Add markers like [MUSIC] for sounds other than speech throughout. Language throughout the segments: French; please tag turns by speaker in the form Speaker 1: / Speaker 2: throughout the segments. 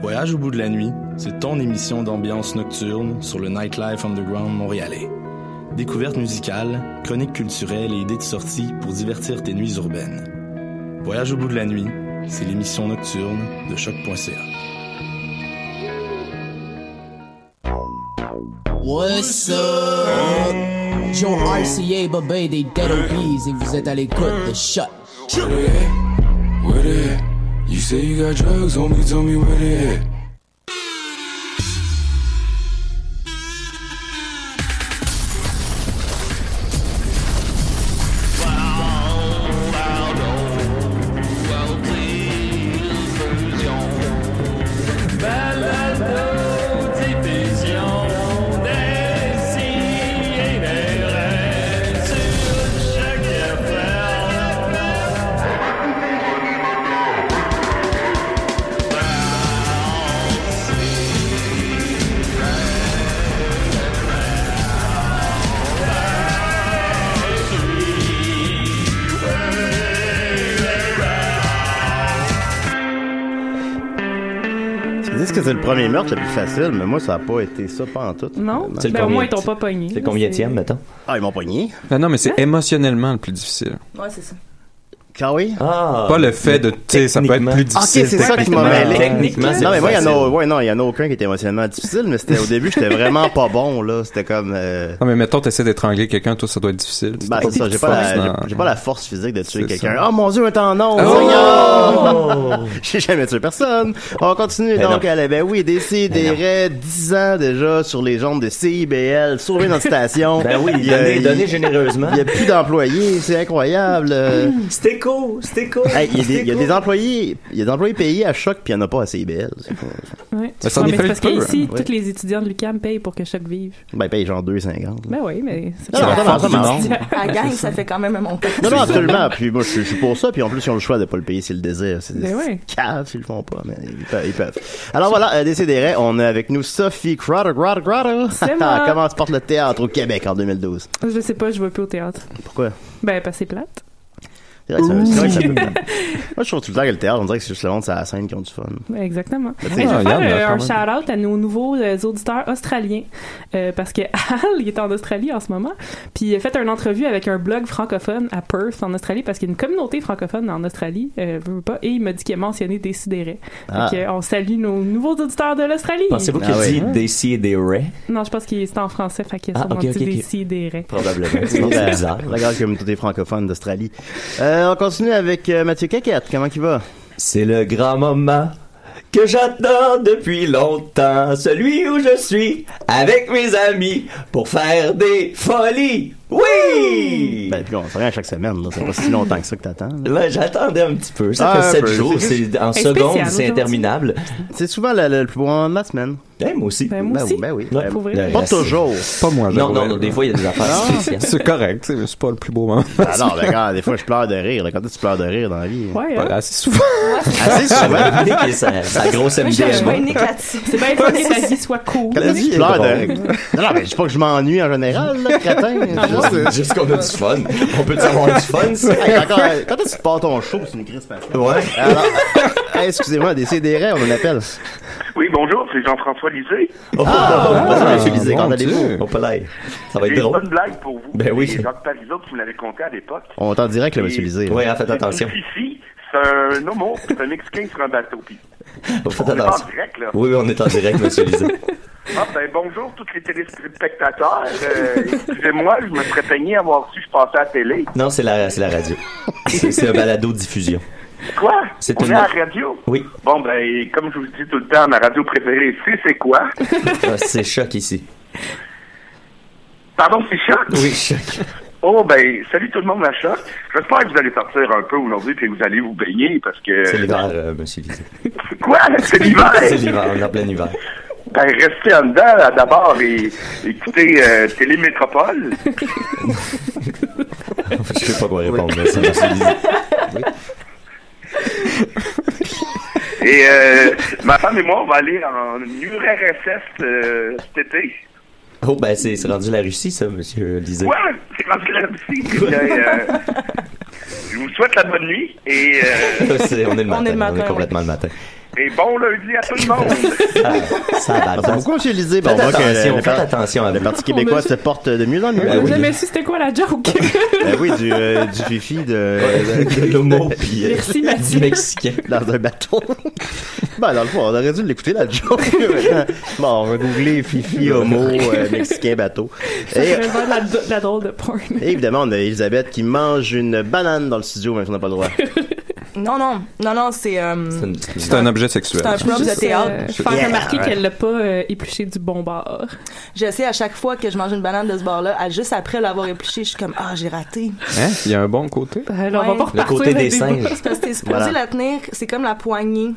Speaker 1: Voyage au bout de la nuit, c'est ton émission d'ambiance nocturne sur le Nightlife Underground montréalais. Découvertes musicales, chroniques culturelles et idées de sortie pour divertir tes nuits urbaines. Voyage au bout de la nuit, c'est l'émission nocturne de choc.ca.
Speaker 2: What's up? Yo, RCA, Bobé, des Dead Obies, et vous êtes à l'écoute de Shut.
Speaker 3: Where they at? Where they at? You say you got drugs, homie, tell me where they at.
Speaker 4: Ils disent que c'est le premier meurtre le plus facile, mais moi, ça n'a pas été ça, pas en tout.
Speaker 5: Non?
Speaker 4: Vraiment.
Speaker 6: C'est le
Speaker 5: Ben, au
Speaker 6: combien-
Speaker 5: moins, ils t'ont pas pogné.
Speaker 6: C'est combien tième, mettons?
Speaker 4: Ah, ils m'ont pogné.
Speaker 7: Non, non, mais c'est émotionnellement le plus difficile.
Speaker 8: Ouais, c'est ça.
Speaker 4: Ah oui?
Speaker 6: Ah!
Speaker 7: Pas le fait de, tu sais, ça peut être
Speaker 6: techniquement.
Speaker 7: plus
Speaker 4: Ah, ok,
Speaker 7: difficile.
Speaker 4: c'est ça qui m'a
Speaker 6: techniquement,
Speaker 4: mêlé.
Speaker 6: techniquement, c'est
Speaker 4: Non, mais
Speaker 6: plus
Speaker 4: moi, il y en a,
Speaker 6: facile.
Speaker 4: ouais, non, il y en a aucun qui était émotionnellement difficile, mais c'était, au début, j'étais vraiment pas bon, là. C'était comme, euh,
Speaker 7: Non, mais mettons, t'essaies d'étrangler quelqu'un, toi, ça doit être difficile.
Speaker 4: bah,
Speaker 7: T'as
Speaker 4: c'est ça, j'ai pas,
Speaker 7: force
Speaker 4: la,
Speaker 7: dans-
Speaker 4: j'ai- j'ai pas la force physique de tuer
Speaker 7: Ben, C'est
Speaker 4: quelqu'un.
Speaker 7: ça.
Speaker 4: Oh mon dieu, un temps non! Seigneur! [LAUGHS] J'ai jamais tué personne! On continue
Speaker 6: Ben
Speaker 4: donc
Speaker 6: non.
Speaker 4: à la, ben oui, des des 10 ans déjà sur les jambes de CIBL, sauver notre station.
Speaker 6: Ben oui,
Speaker 4: Il y a-
Speaker 6: donnez,
Speaker 4: il-
Speaker 6: donnez généreusement.
Speaker 4: Il n'y a plus d'employés, c'est incroyable. Euh,
Speaker 6: C'était cool, c'était cool.
Speaker 4: hey, Il y a des- il y, a des employés, il y a des employés payés à choc puis il n'y en a pas à CIBL.
Speaker 5: Ouais.
Speaker 7: Ça s'en
Speaker 5: Ouais,
Speaker 7: est
Speaker 5: mais
Speaker 7: fait
Speaker 5: c'est parce
Speaker 7: peu,
Speaker 5: qu'ici,
Speaker 4: hein. Ouais.
Speaker 5: tous les étudiants de l'UQAM payent pour que chaque vive.
Speaker 4: Ben, ils payent genre 2,50. là.
Speaker 5: Ben oui, mais c'est
Speaker 4: Non, non,
Speaker 5: pas
Speaker 4: attends, attends, attends.
Speaker 8: [LAUGHS] À la Ah, gang, ça fait quand même un montant.
Speaker 4: Non, non, absolument. Puis moi, je suis- je suis pour ça. Puis en plus, ils ont le choix de pas le payer s'ils le désirent. C'est
Speaker 5: Ben
Speaker 4: c'est
Speaker 5: ouais.
Speaker 4: cave s'ils le font pas, mais ils peuvent. Ils peuvent. Alors voilà, euh, Décidérez, on a avec nous Sophie Crowder, Crowder, Crowder. [LAUGHS]
Speaker 5: C'est moi.
Speaker 4: Comment se porte le théâtre au Québec en 2012?
Speaker 5: Je sais pas, je vais plus au théâtre.
Speaker 4: Pourquoi?
Speaker 5: Ben, parce que c'est plate.
Speaker 4: C'est vrai que ça- c'est vrai que ça peut- Moi, je trouve tout le temps que le théâtre, on dirait que c'est juste le monde, c'est la scène qui ont du fun.
Speaker 5: Ben, exactement.
Speaker 4: Mais tu
Speaker 5: Mais
Speaker 4: sais,
Speaker 5: je vais
Speaker 7: il y en
Speaker 6: hein,
Speaker 7: a
Speaker 5: faire euh,
Speaker 7: quand
Speaker 5: un
Speaker 7: même.
Speaker 5: shout-out à nos nouveaux euh, auditeurs australiens euh, parce que [LAUGHS] Al, il est en Australie en ce moment. Puis il a fait une entrevue avec un blog francophone à Perth en Australie parce qu'il y a une communauté francophone en Australie. euh, veux, veux pas, et il m'a dit qu'il a mentionné Décideret.
Speaker 4: Ah.
Speaker 5: Fait que, euh, on salue nos nouveaux auditeurs de l'Australie.
Speaker 6: Pensez-vous qu'il
Speaker 4: Ah oui.
Speaker 6: dit des si et des ré?
Speaker 5: Non, je pense qu'il c'était en français, fait qu'il
Speaker 6: Ah,
Speaker 5: a sûrement
Speaker 6: ok, ok,
Speaker 5: dit
Speaker 6: ok.
Speaker 5: Décideret.
Speaker 4: [LAUGHS]
Speaker 6: Probablement.
Speaker 4: Sinon,
Speaker 6: C'est
Speaker 4: la-
Speaker 6: bizarre.
Speaker 4: Ben, La grande communauté francophone d'Australie. Euh, on continue avec euh, Mathieu Caquette. Comment il va?
Speaker 6: C'est le grand moment que j'attends depuis longtemps, celui où je suis avec mes amis pour faire des folies. Oui!
Speaker 4: Ben, puis on fait rien chaque semaine, là. C'est pas si longtemps que ça que t'attends. là.
Speaker 6: Là, j'attendais un petit peu. Ça
Speaker 4: Ah, un
Speaker 6: fait sept
Speaker 4: peu.
Speaker 6: jours. C'est en
Speaker 5: C'est
Speaker 6: secondes,
Speaker 5: spécial
Speaker 6: c'est
Speaker 5: aujourd'hui.
Speaker 6: interminable.
Speaker 4: C'est souvent le, le plus beau moment de la semaine.
Speaker 6: Eh, moi aussi.
Speaker 5: Ben, moi
Speaker 4: Ben,
Speaker 5: aussi.
Speaker 4: oui, ben oui.
Speaker 6: Ouais.
Speaker 5: Pour vrai.
Speaker 6: Le
Speaker 4: Pas
Speaker 6: reste-
Speaker 4: toujours.
Speaker 7: Pas moi,
Speaker 6: Non,
Speaker 7: j'avoue.
Speaker 6: non, non, des fois, il y a des affaires spéciales.
Speaker 7: C'est correct, c'est c'est pas le plus beau moment.
Speaker 4: [LAUGHS] Ah non, mais regarde, des fois, je pleure de rire. là. Quand est-ce que tu pleures de rire dans la vie?
Speaker 5: Ouais, hein.
Speaker 7: Pas assez souvent.
Speaker 4: [LAUGHS] Assez souvent.
Speaker 6: Dès que ça, ça grosse
Speaker 8: Mais je suis
Speaker 6: amusement.
Speaker 8: bien là-dessus.
Speaker 5: C'est bien le fun que ta vie soit cool.
Speaker 4: Quand est-ce que tu pleures de rire? Non, non, mais je dis pas que je m'ennuie en général, là, crétin.
Speaker 5: Ah,
Speaker 4: Juste, euh,
Speaker 6: Juste qu'on a du fun. On peut avoir du fun, ça?
Speaker 4: hey, quand quand est-ce que tu pars ton show, c'est une crise passée.
Speaker 6: Ouais.
Speaker 4: Alors, hey, excusez-moi, des CDR, on en appelle.
Speaker 3: Oui, bonjour, c'est Jean-François Lisée.
Speaker 6: Oh,
Speaker 4: bonjour,
Speaker 6: ah,
Speaker 4: monsieur Lisée,
Speaker 6: bon
Speaker 4: comment allez-vous?
Speaker 6: Dieu. On peut l'air. Ça va
Speaker 3: J'ai
Speaker 6: être
Speaker 3: une
Speaker 6: drôle.
Speaker 3: bonne blague pour vous.
Speaker 6: Ben oui.
Speaker 3: C'est Jacques Parizeau qui vous l'avait conté à l'époque.
Speaker 4: On est en direct, là, monsieur Lisée.
Speaker 6: Oui, hein, faites
Speaker 3: C'est
Speaker 6: attention.
Speaker 3: une fifi, c'est un homo, c'est un Mexicain sur un bateau. Puis,
Speaker 6: Faites
Speaker 3: on est
Speaker 6: attention.
Speaker 3: en direct, là.
Speaker 6: Oui, oui, on est en direct, monsieur Lisée.
Speaker 3: Ah, ben, bonjour, tous les téléspectateurs. Euh, Excusez-moi, je me serais peigné à avoir su que je passais à la télé.
Speaker 6: Non, c'est la, c'est la radio. C'est c'est un balado diffusion.
Speaker 3: Quoi?
Speaker 6: C'est
Speaker 3: on
Speaker 6: une-
Speaker 3: est à la radio?
Speaker 6: Oui,
Speaker 3: Bon, ben, comme je vous dis tout le temps, ma radio préférée, c'est c'est quoi?
Speaker 6: Ah, c'est choc ici.
Speaker 3: Pardon, c'est Choc?
Speaker 6: Oui, Choc.
Speaker 3: Oh, ben, salut tout le monde à Choc. J'espère que vous allez sortir un peu aujourd'hui et que vous allez vous baigner parce que.
Speaker 6: C'est l'hiver, euh, monsieur Lisée.
Speaker 3: [LAUGHS] Quoi? C'est l'hiver?
Speaker 6: [LAUGHS] C'est l'hiver, on est en plein hiver.
Speaker 3: Ben, restez en dedans, là, d'abord, et écoutez euh, Télémétropole.
Speaker 6: Je sais pas quoi répondre, mais c'est monsieur Lisée.
Speaker 3: Et euh, ma femme et moi, on va aller en URSS euh, cet été.
Speaker 6: Oh, ben, c'est c'est rendu la Russie, ça, monsieur Lisée.
Speaker 3: Ouais, c'est quand la Russie. Puis, euh, je vous souhaite la bonne nuit et, euh,
Speaker 6: [LAUGHS] C'est- on est le matin, on est, complètement le matin.
Speaker 3: et bon lundi à tout le monde.
Speaker 6: [LAUGHS] Ah, Ça va,
Speaker 4: Merci beaucoup, M. Lisée.
Speaker 6: Faites
Speaker 4: voit que
Speaker 6: attention,
Speaker 4: le-
Speaker 6: faites attention à
Speaker 4: Le
Speaker 6: vous. Ben
Speaker 4: Parti québécois se porte de mieux en mieux.
Speaker 5: On n'a jamais su c'était quoi la joke. [LAUGHS]
Speaker 4: Ben oui, du, euh, du fifi de,
Speaker 6: de l'homo puis euh,
Speaker 5: Merci, Mathieu.
Speaker 6: du Mexicain.
Speaker 4: dans un bateau. ben, dans le fond, on aurait dû l'écouter, la joke. [LAUGHS] bon, on va googler fifi, homo, euh, mexicain, bateau.
Speaker 5: Ça
Speaker 4: Et,
Speaker 5: serait vraiment de la, de la drôle de porn.
Speaker 4: et évidemment, on a Elisabeth qui mange une banane dans le studio, même si on n'a pas le droit.
Speaker 8: Non, non, non, non, c'est. euh,
Speaker 6: C'est une-
Speaker 7: C'est un objet sexuel.
Speaker 8: C'est
Speaker 4: Ah
Speaker 8: un prop de
Speaker 5: Juste, euh,
Speaker 8: théâtre.
Speaker 5: faire
Speaker 4: Yeah,
Speaker 5: remarquer
Speaker 4: ouais.
Speaker 5: qu'elle l'a pas euh, épluché du bon bar.
Speaker 8: Je sais, à chaque fois que je mange une banane de ce bord-là, à- juste après l'avoir épluchée, je suis comme, ah, j'ai raté.
Speaker 7: Hein? Il y a un bon côté.
Speaker 5: Alors, on va
Speaker 8: Ouais.
Speaker 5: pas
Speaker 6: Le
Speaker 5: repartir
Speaker 6: côté
Speaker 5: avec
Speaker 6: des singes.
Speaker 5: mots.
Speaker 8: C'est parce que t'es supposé
Speaker 4: Voilà.
Speaker 8: la tenir, c'est comme la poignée.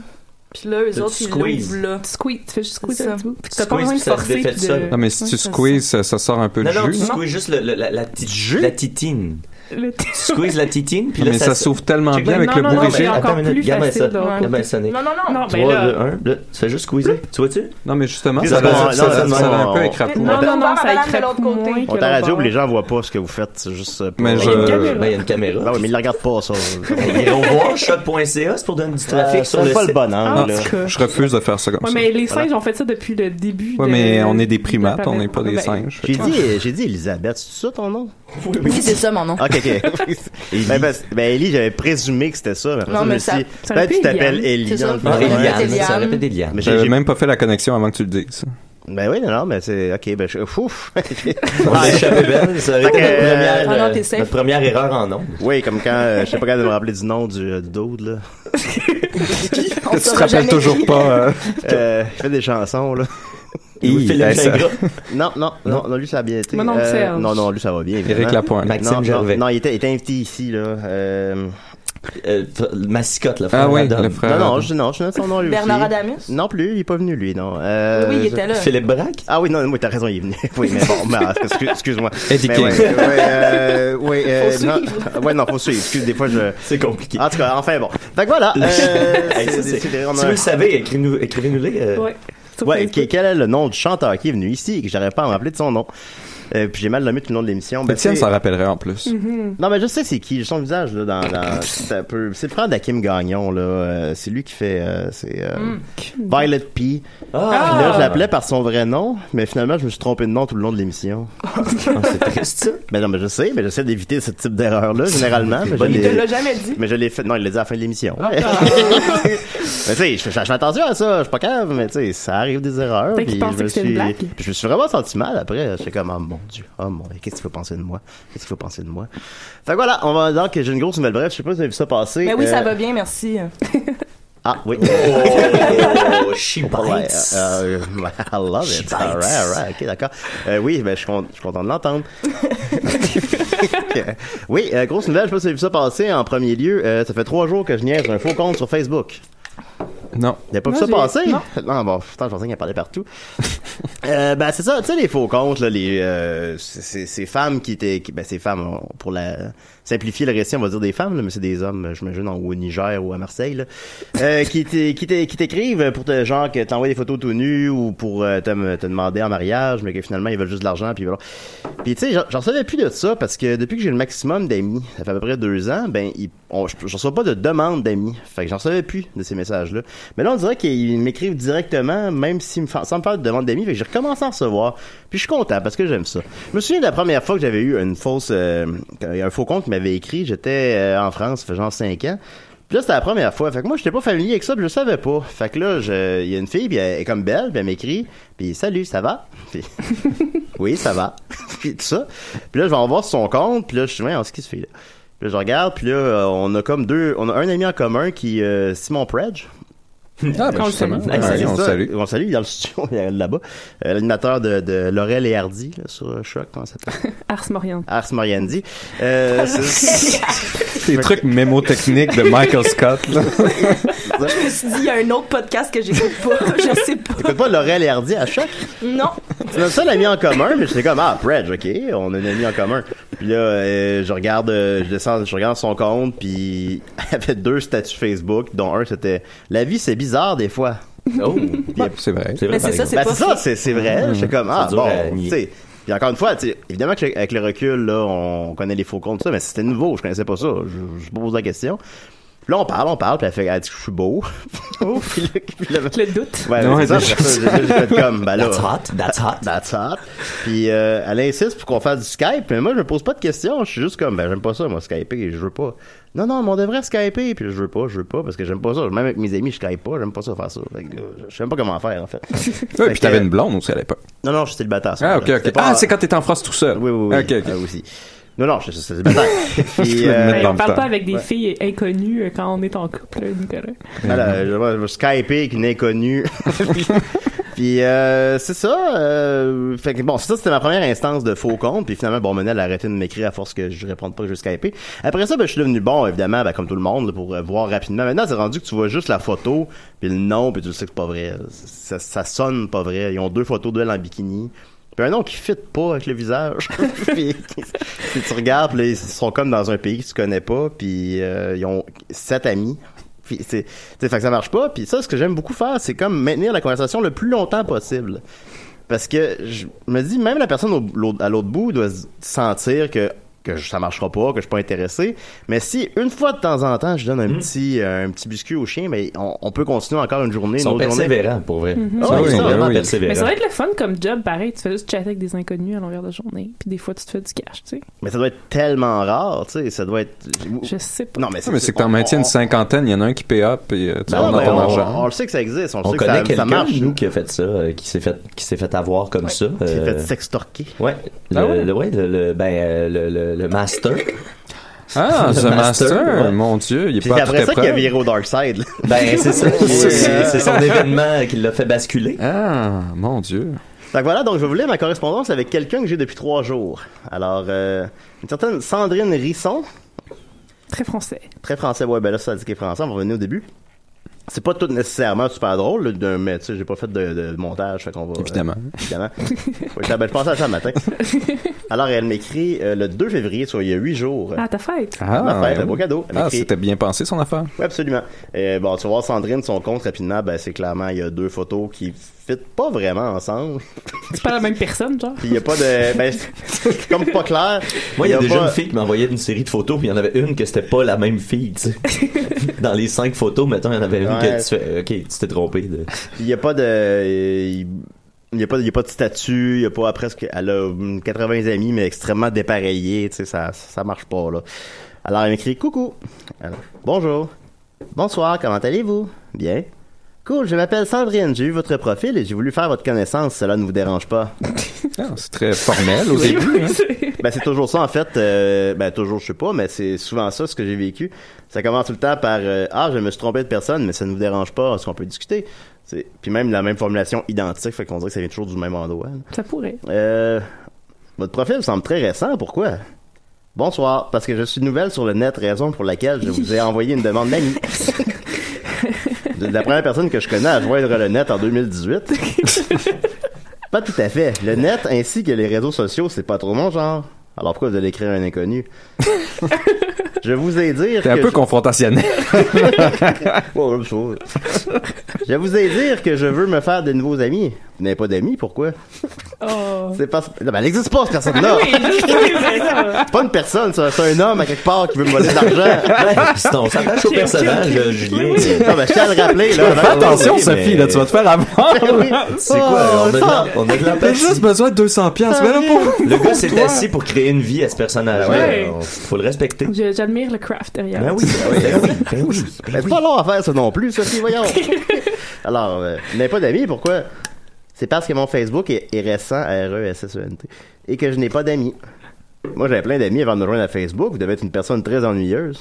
Speaker 8: Puis là, eux
Speaker 6: Tu
Speaker 8: autres, ils
Speaker 6: squeezes.
Speaker 8: l'ouvrent là.
Speaker 5: Tu squeezes, tu fais juste
Speaker 8: C'est
Speaker 5: squeezer
Speaker 8: ça.
Speaker 5: un petit bout. Puis t'as pas
Speaker 6: Squeeze,
Speaker 5: besoin de
Speaker 6: puis ça se
Speaker 5: forcer.
Speaker 6: défait
Speaker 5: puis
Speaker 6: de
Speaker 5: de-
Speaker 6: ça.
Speaker 7: Non, mais si
Speaker 5: Ouais,
Speaker 7: tu
Speaker 5: ça-
Speaker 7: squeezes, ça, ça sort un peu
Speaker 6: Non,
Speaker 7: de
Speaker 6: non,
Speaker 7: jus.
Speaker 6: tu
Speaker 7: non?
Speaker 6: squeezes juste le- le- la, la petite- la titine.
Speaker 5: Le
Speaker 6: Tu squeezes la titine, puis
Speaker 7: Ah,
Speaker 6: là,
Speaker 7: mais ça s'ouvre tellement
Speaker 6: Check bien.
Speaker 7: bien avec
Speaker 5: Non,
Speaker 7: le
Speaker 5: non,
Speaker 7: bout
Speaker 5: non,
Speaker 7: rigide.
Speaker 5: mais encore
Speaker 6: Attends une minute,
Speaker 5: plus
Speaker 6: regarde bien
Speaker 5: facile.
Speaker 6: ça.
Speaker 5: de l'autre
Speaker 6: Regarde bien
Speaker 5: côté.
Speaker 6: ça, Nick.
Speaker 8: Non, non, non,
Speaker 5: Non,
Speaker 6: 3,
Speaker 5: ben là.
Speaker 6: 2, 1, là, tu fais juste squeezer. Tu vois-tu?
Speaker 7: Non, mais justement,
Speaker 4: Plus
Speaker 7: ça
Speaker 4: de bon-
Speaker 7: ça-
Speaker 4: non,
Speaker 7: ça-
Speaker 4: de bon-
Speaker 7: ça a un peu écrapé.
Speaker 8: Non,
Speaker 5: Non, non,
Speaker 8: On
Speaker 5: non,
Speaker 8: va
Speaker 5: ça
Speaker 8: la de
Speaker 5: écrape
Speaker 8: l'autre côté.
Speaker 5: moins que
Speaker 4: On est à la radio,
Speaker 5: l'autre
Speaker 4: les gens voient pas ce que vous faites, c'est juste pour...
Speaker 7: Mais
Speaker 6: Ben,
Speaker 7: je-
Speaker 6: Il y a une
Speaker 7: Euh,
Speaker 6: caméra. Ben, il y a une caméra.
Speaker 4: Non, mais ils ne regardent pas, ça.
Speaker 6: Ils vont voir choc.ca, c'est pour donner du trafic
Speaker 4: Euh,
Speaker 6: sur
Speaker 4: c'est
Speaker 6: le
Speaker 4: pas le
Speaker 6: site.
Speaker 4: bon
Speaker 5: bar. En
Speaker 4: angle. là.
Speaker 5: tout cas.
Speaker 7: Je refuse de faire ça comme
Speaker 5: Ouais,
Speaker 7: ça.
Speaker 5: mais les singes ont fait ça depuis le [LAUGHS] début.
Speaker 7: Ouais,
Speaker 5: de-
Speaker 7: mais on est des
Speaker 5: de
Speaker 7: primates, on n'est pas des
Speaker 5: Ben,
Speaker 7: singes.
Speaker 4: J'ai dit, j'ai dit Elisabeth, c'est ça ton nom? Ah,
Speaker 8: Oui, c'est ça mon nom. [LAUGHS]
Speaker 4: Ok, ok. ben, parce- ben, Ellie, j'avais présumé que c'était ça, mais après
Speaker 8: Non,
Speaker 4: ça, je me
Speaker 8: mais
Speaker 4: suis
Speaker 8: ça-
Speaker 4: dit,
Speaker 5: ça
Speaker 4: peut-être
Speaker 5: aurait
Speaker 4: tu
Speaker 5: pu
Speaker 4: t'appelles
Speaker 5: Eliane.
Speaker 4: Ellie.
Speaker 8: C'est ça.
Speaker 6: Ah,
Speaker 8: Ouais.
Speaker 6: Eliane,
Speaker 8: Eliane.
Speaker 6: ça répète Eliane.
Speaker 4: hein. Mais j'ai-
Speaker 7: J'avais
Speaker 4: j'ai-
Speaker 7: Euh, même pas fait la connexion avant que tu le dises.
Speaker 4: Ben oui, non, non, mais c'est. Ok, ben je. Ouf! [LAUGHS]
Speaker 6: On l'a échappé belle, ça aurait été
Speaker 4: Fait que,
Speaker 6: notre
Speaker 4: euh,
Speaker 6: première,
Speaker 8: Ah non,
Speaker 6: euh,
Speaker 8: t'es safe.
Speaker 6: notre première erreur en nombre.
Speaker 4: oui, comme quand. euh, je sais pas quand de me rappeler du nom du, euh, du dude,
Speaker 8: [LAUGHS]
Speaker 4: là.
Speaker 8: On
Speaker 7: Tu te rappelles toujours pas. euh,
Speaker 4: Euh, il fait des chansons, là.
Speaker 7: Hi,
Speaker 6: Philippe
Speaker 7: ben, ça-
Speaker 6: Gingras.
Speaker 4: Non, non, non, non, lui, ça a bien été.
Speaker 5: Mon oncle
Speaker 8: hein.
Speaker 5: Serge.
Speaker 4: Euh, non, non, lui, ça va bien. évidemment.
Speaker 7: Éric Lapointe.
Speaker 6: Maxime
Speaker 4: non, non,
Speaker 6: Gervais.
Speaker 4: non, il était, il était invité ici, là. Euh,
Speaker 6: Euh, fr- mascotte, là.
Speaker 7: Ah
Speaker 6: frère
Speaker 7: oui,
Speaker 6: Adam.
Speaker 7: le
Speaker 4: non,
Speaker 7: frère.
Speaker 4: non, je, non, je note son nom, lui.
Speaker 8: Bernard
Speaker 4: aussi.
Speaker 8: Adamus?
Speaker 4: Non plus, il est pas venu, lui, non. Euh,
Speaker 8: Oui, il
Speaker 4: je-
Speaker 8: était là.
Speaker 6: Philippe Braque?
Speaker 4: Ah oui, non, oui, t'as raison, il est venu. [LAUGHS] Oui, mais bon, bah, excuse- excuse-moi.
Speaker 7: Eddie
Speaker 4: Mais
Speaker 7: King.
Speaker 4: ouais, ouais, euh, ouais, euh,
Speaker 8: Faut
Speaker 4: non,
Speaker 8: suivre.
Speaker 4: ouais, non, faut suivre. Excuse, des fois, [LAUGHS] je... Ah,
Speaker 6: C'est compliqué.
Speaker 4: En tout cas, enfin, bon. Fait que [LAUGHS] voilà. Euh,
Speaker 6: Hey, ça,
Speaker 4: c'est-
Speaker 6: c'est-
Speaker 4: c'est- c'est- on
Speaker 6: Si
Speaker 4: a-
Speaker 6: vous le savez, écrivez-nous- écrivez-nous-les. euh,
Speaker 5: Ouais. Sur
Speaker 4: Ouais,
Speaker 5: Facebook.
Speaker 4: que- quel est le nom du chanteur qui est venu ici et que j'arrive pas à me rappeler de son nom? Euh, puis j'ai mal nommé tout le nom de l'émission. Ben,
Speaker 7: Étienne
Speaker 4: c'est-
Speaker 7: s'en rappellerait en plus.
Speaker 4: Non, mais je sais c'est qui. J'ai son visage, là, dans...
Speaker 6: Mm-hmm.
Speaker 4: dans- c'est un peu... C'est le frère d'Akim Gagnon, là. Euh, c'est lui qui fait... euh, c'est... euh, Violet P.
Speaker 6: Ah!
Speaker 4: Puis là, je l'appelais par son vrai nom, mais finalement, je me suis trompé de nom tout le long de l'émission.
Speaker 6: Ah, c'est triste, ça.
Speaker 4: Ben non, [LAUGHS] mais je sais, mais j'essaie d'éviter ce type d'erreur-là, généralement. mais je
Speaker 6: Bonne
Speaker 4: l'ai-
Speaker 8: Il te l'a
Speaker 4: [LAUGHS]
Speaker 8: jamais dit.
Speaker 4: mais je l'ai fait. Non, il l'a dit à la fin de l'émission.
Speaker 5: Ah.
Speaker 4: [LAUGHS] mais tu sais, je, je- je fais attention à ça. Je suis pas calme, mais tu sais, ça arrive des erreurs.
Speaker 5: Fait
Speaker 4: puis
Speaker 5: qu'il pensait
Speaker 4: je me
Speaker 5: que c'était une
Speaker 4: suis-
Speaker 5: blague.
Speaker 4: puis je me suis vraiment senti mal après. J'étais comme, oh mon Dieu, oh mon Dieu, qu'est-ce qu'il faut penser de moi? Qu'est-ce qu'il faut penser de moi? Fait que voilà, on va donc, j'ai une grosse nouvelle bref. Je sais pas si vous avez vu ça passer.
Speaker 8: Mais Ben oui, ça
Speaker 4: Euh,
Speaker 8: va bien, merci. [LAUGHS]
Speaker 4: Ah, oui.
Speaker 6: [LAUGHS] Oh, she
Speaker 4: Ouais,
Speaker 6: bites.
Speaker 4: euh, euh, [LAUGHS] I love
Speaker 6: She
Speaker 4: it.
Speaker 6: bites.
Speaker 4: All right, all right, ok, d'accord. Euh, oui, ben, je, suis con- je suis content
Speaker 6: [LAUGHS]
Speaker 4: de l'entendre. oui, euh, grosse nouvelle, je sais pas si vous avez vu ça passer. En premier lieu, euh, ça fait trois jours que je niaise un faux compte sur Facebook.
Speaker 7: Non.
Speaker 4: Il n'y a pas vu
Speaker 5: Non,
Speaker 4: ça
Speaker 5: j'ai-
Speaker 4: passer? [LAUGHS]
Speaker 5: non.
Speaker 4: bon, putain, je pensais qu'il en parlait partout. [LAUGHS] euh, ben, c'est ça, tu sais, les faux comptes, là, les, euh, c'est- c'est- ces femmes qui étaient, qui- ben, ces femmes, on- pour la, simplifier le récit, on va dire des femmes, là, mais c'est des hommes, je j'imagine, en- au Niger ou à Marseille, là, euh, qui t'é- qui t'é- qui t'écrivent pour te, genre, que t'envoies des photos tout nus ou pour euh, te, me- te demander en mariage, mais que finalement, ils veulent juste de l'argent, puis voilà. Puis, tu sais, j'en- j'en savais plus de ça parce que depuis que j'ai le maximum d'amis, ça fait à peu près deux ans, ben, ils- on- je je reçois pas de demande d'amis. Fait que j'en savais plus de ces messages-là. Mais là, on dirait qu'ils m'écrivent directement, même s'ils me fa- sans me faire de demande d'amis. Fait que j'ai recommencé à recevoir. Puis je suis content parce que j'aime ça. Je me souviens de la première fois que j'avais eu une fausse, euh, un faux compte qui m'avait écrit. J'étais euh, en France, ça fait genre cinq ans. Puis là, c'était la première fois. Fait que moi, j'étais pas familier avec ça, puis je savais pas. Fait que là, je- il y a une fille, puis elle est comme belle, puis elle m'écrit, puis salut, ça va? Puis- oui, ça va. [LAUGHS] puis tout ça. Puis là, je vais en voir sur son compte, puis là, je suis ouais, ce qui se fait là. Puis là, je regarde, puis là, euh, on a comme deux, on a un ami en commun qui, euh, Simon Predge.
Speaker 7: Ah, ben, On le justement. salue. Ouais,
Speaker 4: c'est
Speaker 7: on le
Speaker 4: ça.
Speaker 7: salue.
Speaker 4: On le salue, il est dans le studio, [LAUGHS] il est là-bas. Euh, L'animateur de, de Laurel et Hardy, là, sur euh, Choc, comment ça
Speaker 7: [LAUGHS]
Speaker 4: s'appelle?
Speaker 5: Ars Morient.
Speaker 4: Ars Moriandi. Euh, c'est-
Speaker 7: Des trucs mémotechniques de Michael Scott,
Speaker 4: [LAUGHS]
Speaker 7: là.
Speaker 8: Je me suis dit, il y a un autre podcast que j'écoute pas. [LAUGHS] Je sais pas.
Speaker 4: T'écoutes pas Laurel et Hardy à Choc?
Speaker 8: Non.
Speaker 4: C'est notre seul ami en commun, mais j'étais comme, ah, Predge, ok, on a un ami en commun. Puis là, euh, je regarde, euh, je descends, je regarde son compte, puis [LAUGHS] elle avait deux statuts Facebook, dont un c'était, la vie c'est bizarre des fois. Oh,
Speaker 7: c'est vrai.
Speaker 8: vrai, Mais c'est par ça, exemple. c'est
Speaker 4: Ben,
Speaker 8: pas
Speaker 4: ça,
Speaker 8: faux.
Speaker 4: c'est c'est vrai.
Speaker 7: Mhm.
Speaker 4: J'étais comme,
Speaker 7: Ça
Speaker 4: ah,
Speaker 7: dure
Speaker 4: bon,
Speaker 7: à nier.
Speaker 4: tu sais. Puis encore une fois, tu sais, évidemment que avec le recul, là, on connaît les faux comptes, tout ça, mais c'était nouveau, je connaissais pas ça. Je, je pose la question. Puis là, on parle, on parle, puis elle fait, elle dit que je suis beau. Puis là- puis là- Ouais,
Speaker 6: Non,
Speaker 4: c'est ça,
Speaker 6: elle dit-
Speaker 4: après ça, j'ai- j'ai fait comme, ben là.
Speaker 6: That's hot,
Speaker 4: that's hot. That's hot. Puis euh, elle insiste pour qu'on fasse du Skype, mais moi, je me pose pas de questions. Je suis juste comme, ben j'aime pas ça, moi, Skype, je veux pas. Non, non, mais on devrait Skyper. Puis là, je veux pas, je veux pas, parce que j'aime pas ça. Même avec mes amis, je Skype pas, j'aime pas ça faire ça. Fait que, euh, je sais même pas comment faire, en fait.
Speaker 7: Ouais,
Speaker 4: Fait
Speaker 7: puis
Speaker 4: que-
Speaker 7: t'avais une blonde aussi à l'époque.
Speaker 4: Non, non, je suis célibataire.
Speaker 7: Ah, ok, ok. Ah, c'est quand t'étais en France tout seul.
Speaker 4: Oui, oui, oui.
Speaker 7: Ok, ok.
Speaker 4: Ah, aussi. Non, non, je suis
Speaker 7: [LAUGHS]
Speaker 4: célibataire. Puis,
Speaker 7: Tu vas me
Speaker 4: [LAUGHS] euh,
Speaker 7: mettre
Speaker 5: Ben, on parle pas avec des filles inconnues euh, quand on est en couple, euh, Nicolas.
Speaker 4: [LAUGHS] Voilà, je vais, je vais skyper avec une inconnue. [LAUGHS] Puis- Puis euh, c'est ça. euh, fait que bon, ça c'était ma première instance de faux compte. Puis finalement, bon, Menel a arrêté de m'écrire à force que je réponde pas que je vais skyper. Après ça, ben, je suis devenu bon, évidemment, ben, comme tout le monde, là, pour euh, voir rapidement. Maintenant, c'est rendu que tu vois juste la photo, puis le nom, puis tu le sais que c'est pas vrai. Ça, ça sonne pas vrai. Ils ont deux photos d'elle en bikini. Puis un nom qui fit pas avec le visage. puis, puis tu regardes, puis là, ils sont comme dans un pays que tu connais pas, puis euh, ils ont sept amis. Puis c'est, t'sais, fait que ça marche pas. Puis ça, ce que j'aime beaucoup faire, c'est comme maintenir la conversation le plus longtemps possible. Parce que je me dis, même la personne au- l'autre- à l'autre bout doit s- sentir que, que je- ça marchera pas, que je suis pas intéressé. Mais si une fois de temps en temps, je donne un
Speaker 6: Mm.
Speaker 4: petit, euh, un petit biscuit au chien, mais on, on peut continuer encore une
Speaker 6: Ils
Speaker 4: journée, une
Speaker 6: sont
Speaker 4: autre journée.
Speaker 6: persévérants, pour vrai.
Speaker 5: Mhm.
Speaker 6: Ils
Speaker 4: Ah
Speaker 6: sont
Speaker 4: oui,
Speaker 6: ils sont
Speaker 4: oui,
Speaker 6: vraiment
Speaker 4: oui.
Speaker 5: Mais ça
Speaker 6: persévérants.
Speaker 5: doit être le fun comme job, pareil. Tu fais juste chatter avec des inconnus à l'envers de la journée. Puis des fois, tu te fais du cash, tu sais.
Speaker 4: Mais ça doit être tellement rare, tu sais. Ça doit être.
Speaker 5: Je sais pas.
Speaker 4: Non, mais
Speaker 7: mais c'est que t'en maintiens une cinquantaine, il y en a un qui paye up, puis euh, tu
Speaker 4: Non,
Speaker 7: rentres dans
Speaker 4: mais
Speaker 7: ton
Speaker 4: on-
Speaker 7: argent.
Speaker 4: On, le sait que ça existe, on, le
Speaker 6: On
Speaker 4: sait que
Speaker 6: connaît
Speaker 4: ça, ça
Speaker 6: quelqu'un,
Speaker 4: marche.
Speaker 6: nous, qui a fait ça, euh, qui s'est fait, qui s'est fait avoir comme ça. euh, Qui
Speaker 4: s'est fait s'extorquer.
Speaker 6: Ouais. Le,
Speaker 7: Ah ouais?
Speaker 6: le- ouais, le, le- ben, euh, le, le- le master. [LAUGHS]
Speaker 7: Ah,
Speaker 6: Le
Speaker 7: The Master, Oh
Speaker 6: ouais.
Speaker 7: mon Dieu, il est
Speaker 6: Puis
Speaker 7: pas à
Speaker 6: après
Speaker 7: toute
Speaker 6: ça qu'il a
Speaker 7: épreuve.
Speaker 6: viré
Speaker 4: au Dark Side.
Speaker 6: Ben, c'est
Speaker 7: [LAUGHS]
Speaker 6: ça.
Speaker 4: Oui.
Speaker 6: C'est- c'est c'est son événement qui l'a fait basculer.
Speaker 7: Ah, mon Dieu.
Speaker 4: Fait que voilà, donc je voulais ma correspondance avec quelqu'un que j'ai depuis trois jours. Alors, euh, une certaine Sandrine Risson.
Speaker 5: Très français.
Speaker 4: Très français, ouais, ben là, ça dit qu'il est français, on va revenir au début. C'est pas tout nécessairement super drôle, là, de- mais tu sais, j'ai pas fait de, de montage, fait qu'on va.
Speaker 7: Évidemment.
Speaker 4: euh, évidemment. Ouais, je- ben, je pensais à ça le
Speaker 5: [LAUGHS]
Speaker 4: matin. Alors, elle m'écrit euh, le 2 février, soit il y a huit jours.
Speaker 5: Ah, ta fête.
Speaker 7: Ah,
Speaker 4: Ma fête,
Speaker 7: ouais.
Speaker 4: un beau cadeau. Elle
Speaker 7: Ah,
Speaker 4: m'écrit-
Speaker 7: c'était bien pensé son affaire.
Speaker 4: oui, absolument. Euh, bon, tu vas voir Sandrine, son compte rapidement, ben, c'est clairement, il y a deux photos qui fit pas vraiment ensemble.
Speaker 5: C'est pas la même personne, genre.
Speaker 4: Puis il y a pas de. Ben, c'est [LAUGHS] comme pas clair.
Speaker 6: Moi, il y a des
Speaker 4: pas-
Speaker 6: jeunes filles qui m'envoyaient une série de photos, puis il y en avait une que c'était pas la même fille, tu sais. Dans les cinq photos, mettons, il y en avait une que
Speaker 4: Ouais.
Speaker 6: tu fais, OK, tu t'es trompé. De...
Speaker 4: Puis il y a pas de. euh, Il n'y a, pas- il y a pas de statut, il y a pas presque. Elle a hum, 80 amis, mais extrêmement dépareillés, tu sais, ça, ça marche pas, là. Alors, elle m'écrit Coucou. Alors, Bonjour. Bonsoir, comment allez-vous? Bien. Cool, je m'appelle Sandrine, j'ai vu votre profil et j'ai voulu faire votre connaissance, cela ne vous dérange pas.
Speaker 7: [LAUGHS] Ah, c'est très formel au
Speaker 4: Oui,
Speaker 7: début.
Speaker 4: oui,
Speaker 7: hein.
Speaker 4: Ben, c'est [LAUGHS] toujours ça, en fait. euh, ben, toujours, je sais pas, mais c'est souvent ça, ce que j'ai vécu. Ça commence tout le temps par euh, Ah, je me suis trompé de personne, mais ça ne vous dérange pas, est-ce qu'on peut discuter? C'est- Puis même la même formulation identique, fait qu'on dirait que ça vient toujours du même endroit. là.
Speaker 7: [LAUGHS]
Speaker 5: Ça pourrait.
Speaker 4: Euh, votre profil semble très récent, pourquoi? Bonsoir, parce que je suis nouvelle sur le net, raison pour laquelle je vous ai envoyé une demande d'amis. De la première personne que je connais à joindre le net en 2018. pas tout à fait. Le net ainsi que les réseaux sociaux, c'est pas trop mon genre. Alors pourquoi vous allez écrire à un inconnu? je vous ai dire
Speaker 7: T'es un
Speaker 4: que
Speaker 7: peu
Speaker 4: je- [LAUGHS]
Speaker 7: confrontationnel.
Speaker 4: Ouais, même chose. Je vous ai dire que je veux me faire de nouveaux amis. Vous n'avez pas d'amis, pourquoi?
Speaker 5: Oh.
Speaker 4: C'est parce... Non, ben, elle n'existe pas, cette personne-là.
Speaker 5: Oui, je sais, c'est ça.
Speaker 4: C'est pas une personne, ça, c'est un homme à quelque part qui veut me voler de l'argent.
Speaker 6: C'est- on s'attache au Ok, ok, personnage, ok. euh, Julien.
Speaker 4: Oui, oui.
Speaker 7: ben,
Speaker 4: Non, mais je tiens à le rappeler. Là,
Speaker 7: Fais attention,
Speaker 6: oui,
Speaker 7: Sophie,
Speaker 6: mais-
Speaker 7: là, tu vas te [LAUGHS] faire
Speaker 4: Oui.
Speaker 7: avoir.
Speaker 6: C'est quoi? On a de la- on a de la
Speaker 7: T'as Oh, [LAUGHS] juste besoin de 200 piastres. Mais là, pour...
Speaker 6: Le gars s'est
Speaker 7: Toi.
Speaker 6: assis pour créer une vie à ce personnage-là.
Speaker 5: Ouais.
Speaker 6: On- Faut le respecter.
Speaker 5: Je- J'admire le craft derrière.
Speaker 6: Ben oui, ben oui, ben oui, ben oui.
Speaker 4: Mais c'est pas long à faire ça non plus, Sophie, voyons. Alors, euh, vous n'avez pas d'amis, pourquoi? C'est parce que mon Facebook est, est récent, E R-E-S-S-E-N-T, et que je n'ai pas d'amis. Moi, j'avais plein d'amis avant de me joindre à Facebook. Vous devez être une personne très ennuyeuse.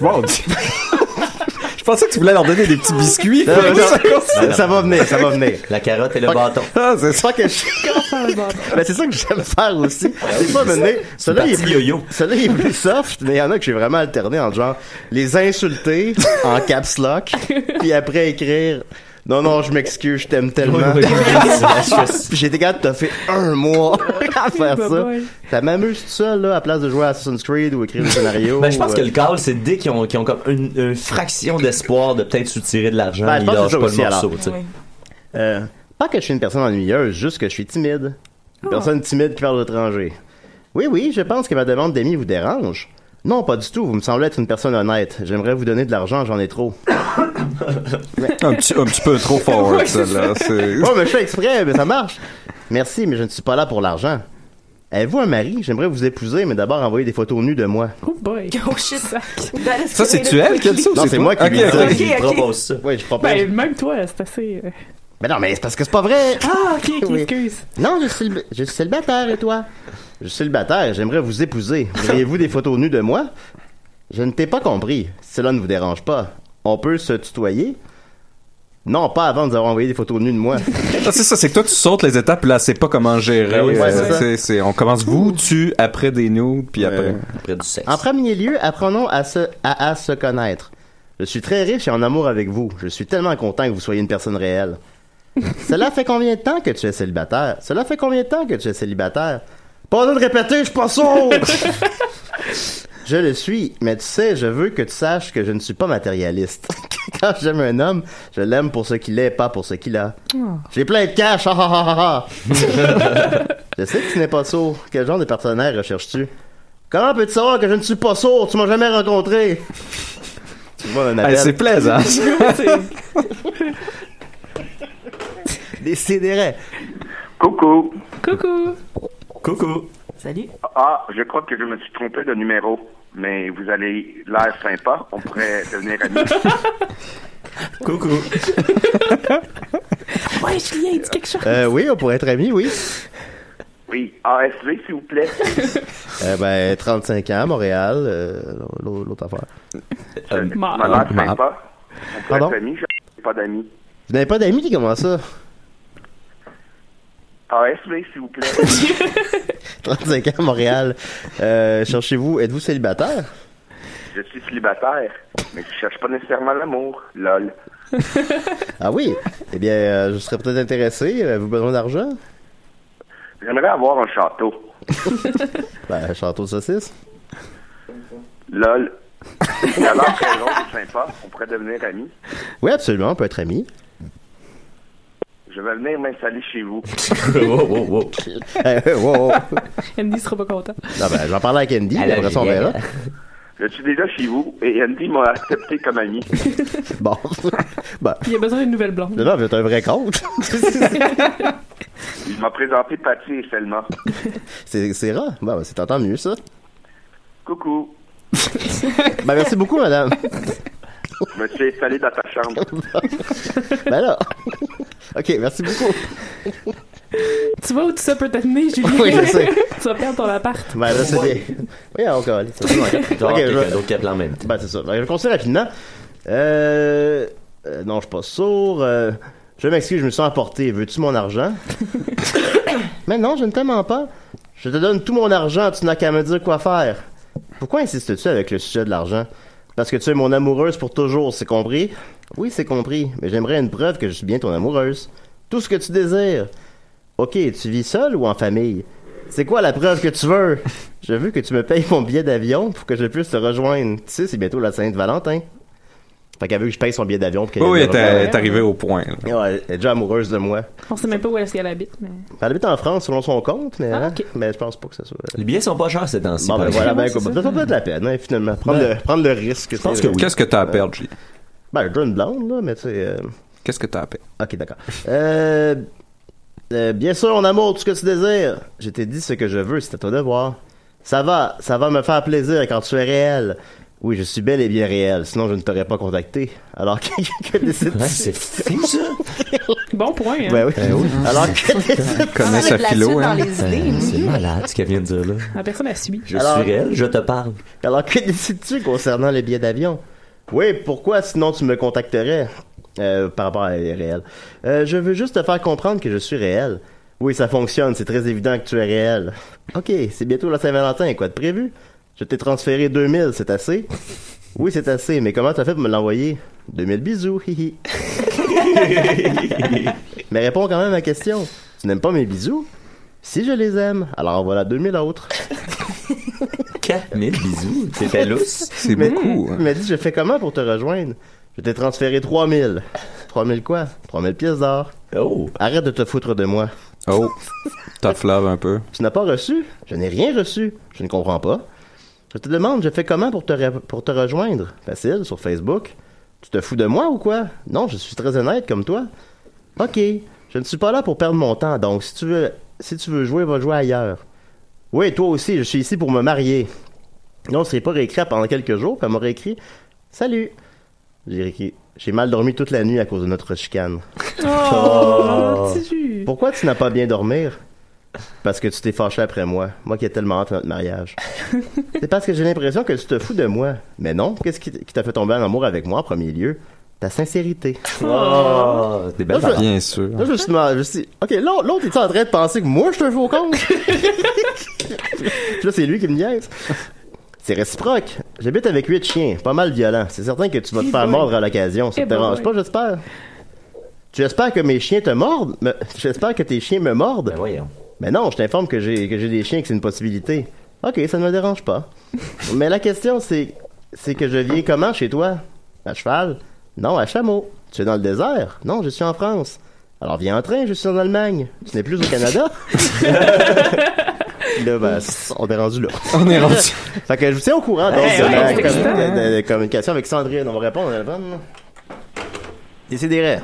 Speaker 7: Mon Dieu.
Speaker 4: Je
Speaker 7: Je pensais que tu voulais leur donner des petits biscuits.
Speaker 4: Non,
Speaker 7: Fait que
Speaker 4: non,
Speaker 7: ça-
Speaker 4: non, non. Ah, Ça va venir, ça va venir.
Speaker 6: La carotte et le
Speaker 4: Fuck.
Speaker 6: bâton.
Speaker 7: Ah, c'est ça
Speaker 4: que je... Ben, c'est ça que j'aime faire aussi.
Speaker 6: Ah
Speaker 4: Des fois, mener, celui-là, il est plus, celui-là, il est plus soft, mais il y en a que j'ai vraiment alterné en genre, les insulter en caps lock, puis après écrire, non, non, je m'excuse, je t'aime tellement.
Speaker 6: Oui, oui, oui.
Speaker 4: Puis j'ai été capable de te faire un mois [LAUGHS] à faire
Speaker 6: Oui,
Speaker 4: ça.
Speaker 6: bye-bye.
Speaker 4: Ça m'amuse tout ça, là, à place de jouer à Assassin's Creed ou écrire le scénario.
Speaker 6: Ben, je pense
Speaker 4: ou,
Speaker 6: que
Speaker 4: euh,
Speaker 6: le call, c'est dès qu'ils ont, qu'ils ont comme une, une fraction d'espoir de peut-être soutirer de l'argent,
Speaker 4: Ben, je
Speaker 6: ils
Speaker 4: pense que
Speaker 6: lâchent
Speaker 4: c'est
Speaker 6: pas
Speaker 4: ça aussi,
Speaker 6: le morceau.
Speaker 4: alors.
Speaker 6: tu sais.
Speaker 4: Euh, pas que je suis une personne ennuyeuse, juste que je suis timide.
Speaker 5: Oh.
Speaker 4: Une personne timide qui parle l'étranger. Oui, oui, je pense que ma demande d'amis vous dérange. Non, pas du tout. Vous me semblez être une personne honnête. J'aimerais vous donner de l'argent, j'en ai trop.
Speaker 7: Un petit, un petit peu
Speaker 5: [LAUGHS]
Speaker 7: trop [LAUGHS] forward, celle-là. C'est-
Speaker 4: Oh, mais je fais exprès, mais ça marche. Merci, mais je ne suis pas là pour l'argent. Avez-vous un mari? J'aimerais vous épouser, mais d'abord envoyer des photos nues de moi.
Speaker 5: [LAUGHS] Oh boy.
Speaker 8: Oh shit.
Speaker 4: Ça,
Speaker 8: Ça,
Speaker 4: c'est-tu elle qui a dit ça ou Non, c'est c'est toi? moi qui lui dis-
Speaker 5: ok,
Speaker 4: je
Speaker 5: ok.
Speaker 4: propose ça. Oui, je propose.
Speaker 5: Ben, même toi, c'est assez. euh,
Speaker 4: Mais Ben non, mais c'est parce que c'est pas vrai.
Speaker 5: Ah, ok,
Speaker 4: [LAUGHS]
Speaker 5: ok,
Speaker 4: Oui.
Speaker 5: excuse.
Speaker 4: Non, je suis, célib- je suis célibataire et toi? Je suis célibataire, j'aimerais vous [LAUGHS] épouser. Voudriez-vous des photos nues de moi? Je ne t'ai pas compris. Cela ne vous dérange pas. On peut se tutoyer? Non, pas avant de nous avoir envoyé des photos nues de [LAUGHS] moi.
Speaker 7: Ah, c'est ça, c'est que toi, tu sautes les étapes, puis là, c'est pas comment gérer.
Speaker 4: Ben oui, ouais,
Speaker 7: euh,
Speaker 4: c'est ça.
Speaker 7: c'est- c'est- on commence vous, tu, après des nous, puis après.
Speaker 6: Après du sexe.
Speaker 4: En premier lieu, apprenons à se, à, à se connaître. Je suis très riche et en amour avec vous. Je suis tellement content que vous soyez une personne réelle. Cela fait combien de temps que tu es célibataire? Cela fait combien de temps que tu es célibataire? Pas besoin de répéter, je suis pas sourd! je le suis, mais tu sais, je veux que tu saches que je ne suis pas matérialiste. [LAUGHS] Quand j'aime un homme, je l'aime pour ce qu'il est, pas pour ce qu'il a. J'ai plein de cash, ah ah
Speaker 7: [LAUGHS]
Speaker 4: ah ah ah. Je sais que tu n'es pas sourd. Quel genre de partenaire recherches-tu? Comment peux-tu savoir que je ne suis pas sourd? Tu m'as jamais rencontré. Tu vois un appel.
Speaker 7: Hey, c'est plaisant.
Speaker 4: [LAUGHS] Décidérez.
Speaker 3: Coucou.
Speaker 5: Coucou.
Speaker 6: Coucou.
Speaker 8: Salut.
Speaker 3: Ah, je crois que je me suis trompé de numéro. Mais vous allez l'air sympa. On
Speaker 5: [LAUGHS]
Speaker 3: pourrait devenir amis.
Speaker 6: Coucou.
Speaker 5: Ouais, Julien, dis quelque chose.
Speaker 4: [LAUGHS] Euh, oui, on pourrait être amis, oui.
Speaker 3: Oui, ASV, s'il
Speaker 5: [LAUGHS]
Speaker 3: vous plaît.
Speaker 4: Euh, ben, 35 ans, Montréal, euh, l'au- l'autre affaire.
Speaker 3: Tu m'as l'air Euh, sympa. On pourrait
Speaker 4: Pardon?
Speaker 3: être amis. J'ai pas d'amis.
Speaker 4: Vous n'avez pas d'amis, comment ça? [LAUGHS]
Speaker 3: ASV, s'il vous plaît.
Speaker 5: [LAUGHS]
Speaker 4: 35 ans, Montréal. Euh, cherchez-vous, êtes-vous célibataire?
Speaker 3: je suis célibataire, mais je cherche pas nécessairement l'amour. Lol.
Speaker 4: Ah oui? Eh bien, euh, je serais peut-être intéressé. Euh, Avez-vous besoin d'argent?
Speaker 3: J'aimerais avoir un château.
Speaker 4: Ben, château de saucisse.
Speaker 5: [LAUGHS]
Speaker 3: Lol. Et alors que l'autre est sympa, on pourrait devenir amis.
Speaker 4: Oui, absolument, on peut être amis.
Speaker 3: Je vais venir m'installer
Speaker 5: [LAUGHS]
Speaker 3: chez vous.
Speaker 6: wow, wow, wow.
Speaker 4: [LAUGHS] Eh, wow, wow.
Speaker 5: Andy sera pas content.
Speaker 4: Non, ben, je vais en parler avec Andy,
Speaker 6: Ah,
Speaker 4: puis
Speaker 6: là,
Speaker 4: après ça, on
Speaker 6: Julien,
Speaker 4: verra.
Speaker 6: là.
Speaker 3: Je suis déjà chez vous et Andy m'a accepté comme ami.
Speaker 4: Bon. ben,
Speaker 5: Il a besoin d'une nouvelle blonde.
Speaker 4: non, non, vous êtes un vrai compte.
Speaker 3: Il m'a présenté Patty et Selma.
Speaker 4: [LAUGHS] C'est c'est rare. Bon, ben, c'est tant mieux, ça.
Speaker 3: Coucou.
Speaker 4: Ben, merci beaucoup,
Speaker 5: [LAUGHS]
Speaker 4: madame.
Speaker 3: Je me suis installé dans ta chambre.
Speaker 4: [LAUGHS] Ben là. OK, merci beaucoup.
Speaker 5: Tu vois où tout ça peut t'amener, Julien?
Speaker 4: Oui, je sais.
Speaker 5: [LAUGHS] tu vas perdre ton appart.
Speaker 4: [LAUGHS] Ben là, c'est bien. Oui, encore. allez, c'est bon,
Speaker 6: Tu dois avoir
Speaker 4: Ok, je-
Speaker 6: quelqu'un d'autre qui appelle en même temps.
Speaker 4: Ben, c'est ça. Ben, je vais continuer rapidement. Euh... euh, non, je suis pas sourd. Euh, Je m'excuse, je me suis emporté. Veux-tu
Speaker 6: [LAUGHS]
Speaker 4: mon argent? Mais non, je ne t'aime pas. Je te donne tout mon argent, tu n'as qu'à me dire quoi faire. Pourquoi insistes-tu avec le sujet de l'argent? Parce que tu es mon amoureuse pour toujours, c'est compris? Oui, c'est compris, mais j'aimerais une preuve que je suis bien ton amoureuse. Tout ce que tu désires. Ok, tu vis seul ou en famille? C'est quoi la preuve que tu
Speaker 7: [LAUGHS]
Speaker 4: veux? Je veux que tu me payes mon billet d'avion pour que je puisse te rejoindre. Tu sais, c'est bientôt la Sainte-Valentin. Fait qu'elle veut que je paye son billet d'avion pour qu'elle
Speaker 7: Oui, oui,
Speaker 4: vienne me
Speaker 7: elle est- elle
Speaker 4: rejoindre.
Speaker 7: est arrivée au point. là.
Speaker 4: Ouais, elle est déjà amoureuse de moi.
Speaker 5: On sait même pas où est-ce qu'elle habite,
Speaker 4: [LAUGHS]
Speaker 5: mais.
Speaker 4: Elle habite en France selon son compte, mais,
Speaker 5: Ah,
Speaker 4: hein,
Speaker 5: ok.
Speaker 4: mais je pense pas que ça soit.
Speaker 6: Les billets sont pas chers ces temps-ci.
Speaker 4: Bon,
Speaker 6: par
Speaker 4: ben
Speaker 6: exemple.
Speaker 4: voilà, ben,
Speaker 5: c'est
Speaker 4: écoute,
Speaker 5: ça.
Speaker 4: ça peut être la peine, hein, finalement. Prendre,
Speaker 6: Ben.
Speaker 4: le, prendre le risque. Je
Speaker 6: pense que oui.
Speaker 7: Qu'est-ce que t'as à perdre, Julien?
Speaker 4: Ben, je veux une blonde, là, mais tu sais. euh,
Speaker 7: Qu'est-ce que t'as à perdre?
Speaker 4: Ok, d'accord. Euh, euh, bien sûr, on amour, tout ce que tu désires. Je t'ai dit ce que je veux, c'est à toi de voir. Ça va, ça va me faire plaisir quand tu es réel. Oui, je suis bel et bien réel, sinon je ne t'aurais pas contacté. Alors que, que décide
Speaker 6: Ouais, c'est fou, ça.
Speaker 5: Bon point, hein?
Speaker 4: Ben oui. Alors que décide
Speaker 7: Connais sa philo, hein?
Speaker 6: Euh, C'est malade ce qu'elle vient de dire là.
Speaker 5: La personne, elle suit.
Speaker 6: Je
Speaker 4: Alors-
Speaker 6: suis réel, je te parle.
Speaker 4: [LAUGHS] Alors que décides-tu concernant les billets d'avion Oui, pourquoi sinon tu me contacterais euh, par rapport à les réels? Euh, je veux juste te faire comprendre que je suis réel. Oui, ça fonctionne, c'est très évident que tu es réel. Ok, c'est bientôt la Saint-Valentin, quoi de prévu? Je t'ai transféré 2000, c'est assez? Oui, c'est assez, mais comment t'as fait pour me l'envoyer? 2000 bisous, hihi. mais réponds quand même à ma question. Tu n'aimes pas mes bisous? Si je les aime, alors en voilà 2000
Speaker 7: [LAUGHS]
Speaker 4: autres.
Speaker 6: 4000 bisous, c'était lousse.
Speaker 7: C'est
Speaker 4: Mais-
Speaker 7: beaucoup, hein.
Speaker 4: Mais dis, je fais comment pour te rejoindre? Je t'ai transféré 3000. 3000 quoi? 3000 pièces d'or. Oh. Arrête de te foutre de moi.
Speaker 7: Oh, t'as flave un peu.
Speaker 4: Tu n'as pas reçu? Je n'ai rien reçu. Je ne comprends pas. Je te demande, je fais comment pour te, re- pour te rejoindre? Facile, sur Facebook. Tu te fous de moi ou quoi? Non, je suis très honnête comme toi. Ok, je ne suis pas là pour perdre mon temps, donc si tu veux, si tu veux jouer, va jouer ailleurs. Oui, toi aussi, je suis ici pour me marier. Non, c'est pas réécrit pendant quelques jours, puis elle m'a réécrit Salut. J'ai réécrit J'ai mal dormi toute la nuit à cause de notre chicane.
Speaker 5: Oh, petit jus.
Speaker 4: Pourquoi tu n'as pas bien dormir? Parce que tu t'es fâché après moi. Moi qui ai tellement hâte à notre
Speaker 5: [LAUGHS]
Speaker 4: mariage. C'est parce que j'ai l'impression que tu te fous de moi. Mais non, qu'est-ce qui t- qui t'a fait tomber en amour avec moi en premier lieu? Ta sincérité.
Speaker 6: Oh, des belles
Speaker 4: Là, je-
Speaker 6: paroles.
Speaker 7: Bien sûr.
Speaker 4: Là, je me suis demandé- je me suis dit, OK, l'autre, l'autre est en train de penser que moi, je suis un faux
Speaker 5: [LAUGHS]
Speaker 4: con? Puis là, c'est lui qui me niaise. C'est réciproque. J'habite avec huit chiens, pas mal violents. C'est certain que tu vas te
Speaker 5: Eh
Speaker 4: faire
Speaker 5: boy.
Speaker 4: mordre à l'occasion. Ça
Speaker 5: Eh
Speaker 4: te dérange
Speaker 5: boy.
Speaker 4: pas, j'espère? Tu espères que mes chiens te mordent? Me- [LAUGHS] J'espère que tes chiens me mordent?
Speaker 6: Ben voyons.
Speaker 4: Mais non, je t'informe que j'ai que j'ai des chiens et que c'est une possibilité. OK, ça ne me dérange pas. Mais la question, c'est c'est que je viens comment chez toi? À cheval? Non, à chameau. Tu es dans le désert? Non, je suis en France. Alors viens en train, je suis en Allemagne. Tu n'es plus au Canada? là, ben, c- on est rendu là.
Speaker 7: On est rendu.
Speaker 4: Fait que je vous tiens au courant donc,
Speaker 5: Hey,
Speaker 4: de,
Speaker 5: ouais,
Speaker 4: la,
Speaker 5: c'est
Speaker 4: com-
Speaker 5: excitant,
Speaker 4: de- de- de communication avec Sandrine. On va répondre à la bonne. Décidérez.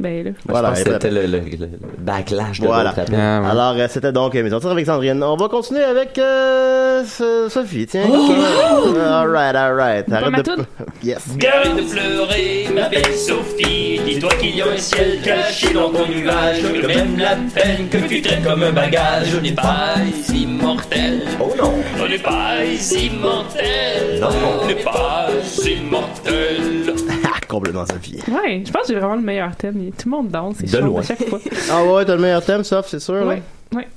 Speaker 5: Ben là.
Speaker 4: Voilà,
Speaker 6: je pense que
Speaker 4: et voilà.
Speaker 6: Ah, c'était le, le- le- le backlash de
Speaker 4: Voilà.
Speaker 6: votre appel.
Speaker 7: Ah, ouais.
Speaker 4: Alors, euh, c'était donc euh, mes aventures avec Sandrine. On va continuer avec euh, so- Sophie, tiens.
Speaker 7: Oh!
Speaker 4: Alright, alright.
Speaker 5: Pas ma toune?
Speaker 4: [LAUGHS] Yes.
Speaker 9: Garde de pleurer, ma belle Sophie. Dis-toi qu'il y a un ciel caché dans ton nuage. Que même la peine que tu traites comme un bagage n'est pas immortelle.
Speaker 6: Oh non.
Speaker 9: On n'est pas immortel. On n'est pas immortel.
Speaker 4: Ah, complètement Sophie.
Speaker 5: Ouais, je pense que j'ai vraiment le meilleur thème. Il- Tout le monde danse, c'est
Speaker 6: De
Speaker 5: chaud
Speaker 6: loin.
Speaker 5: à chaque fois.
Speaker 4: Ah ouais, t'as le meilleur thème, Sof, c'est sûr. là.
Speaker 5: Ouais, ouais.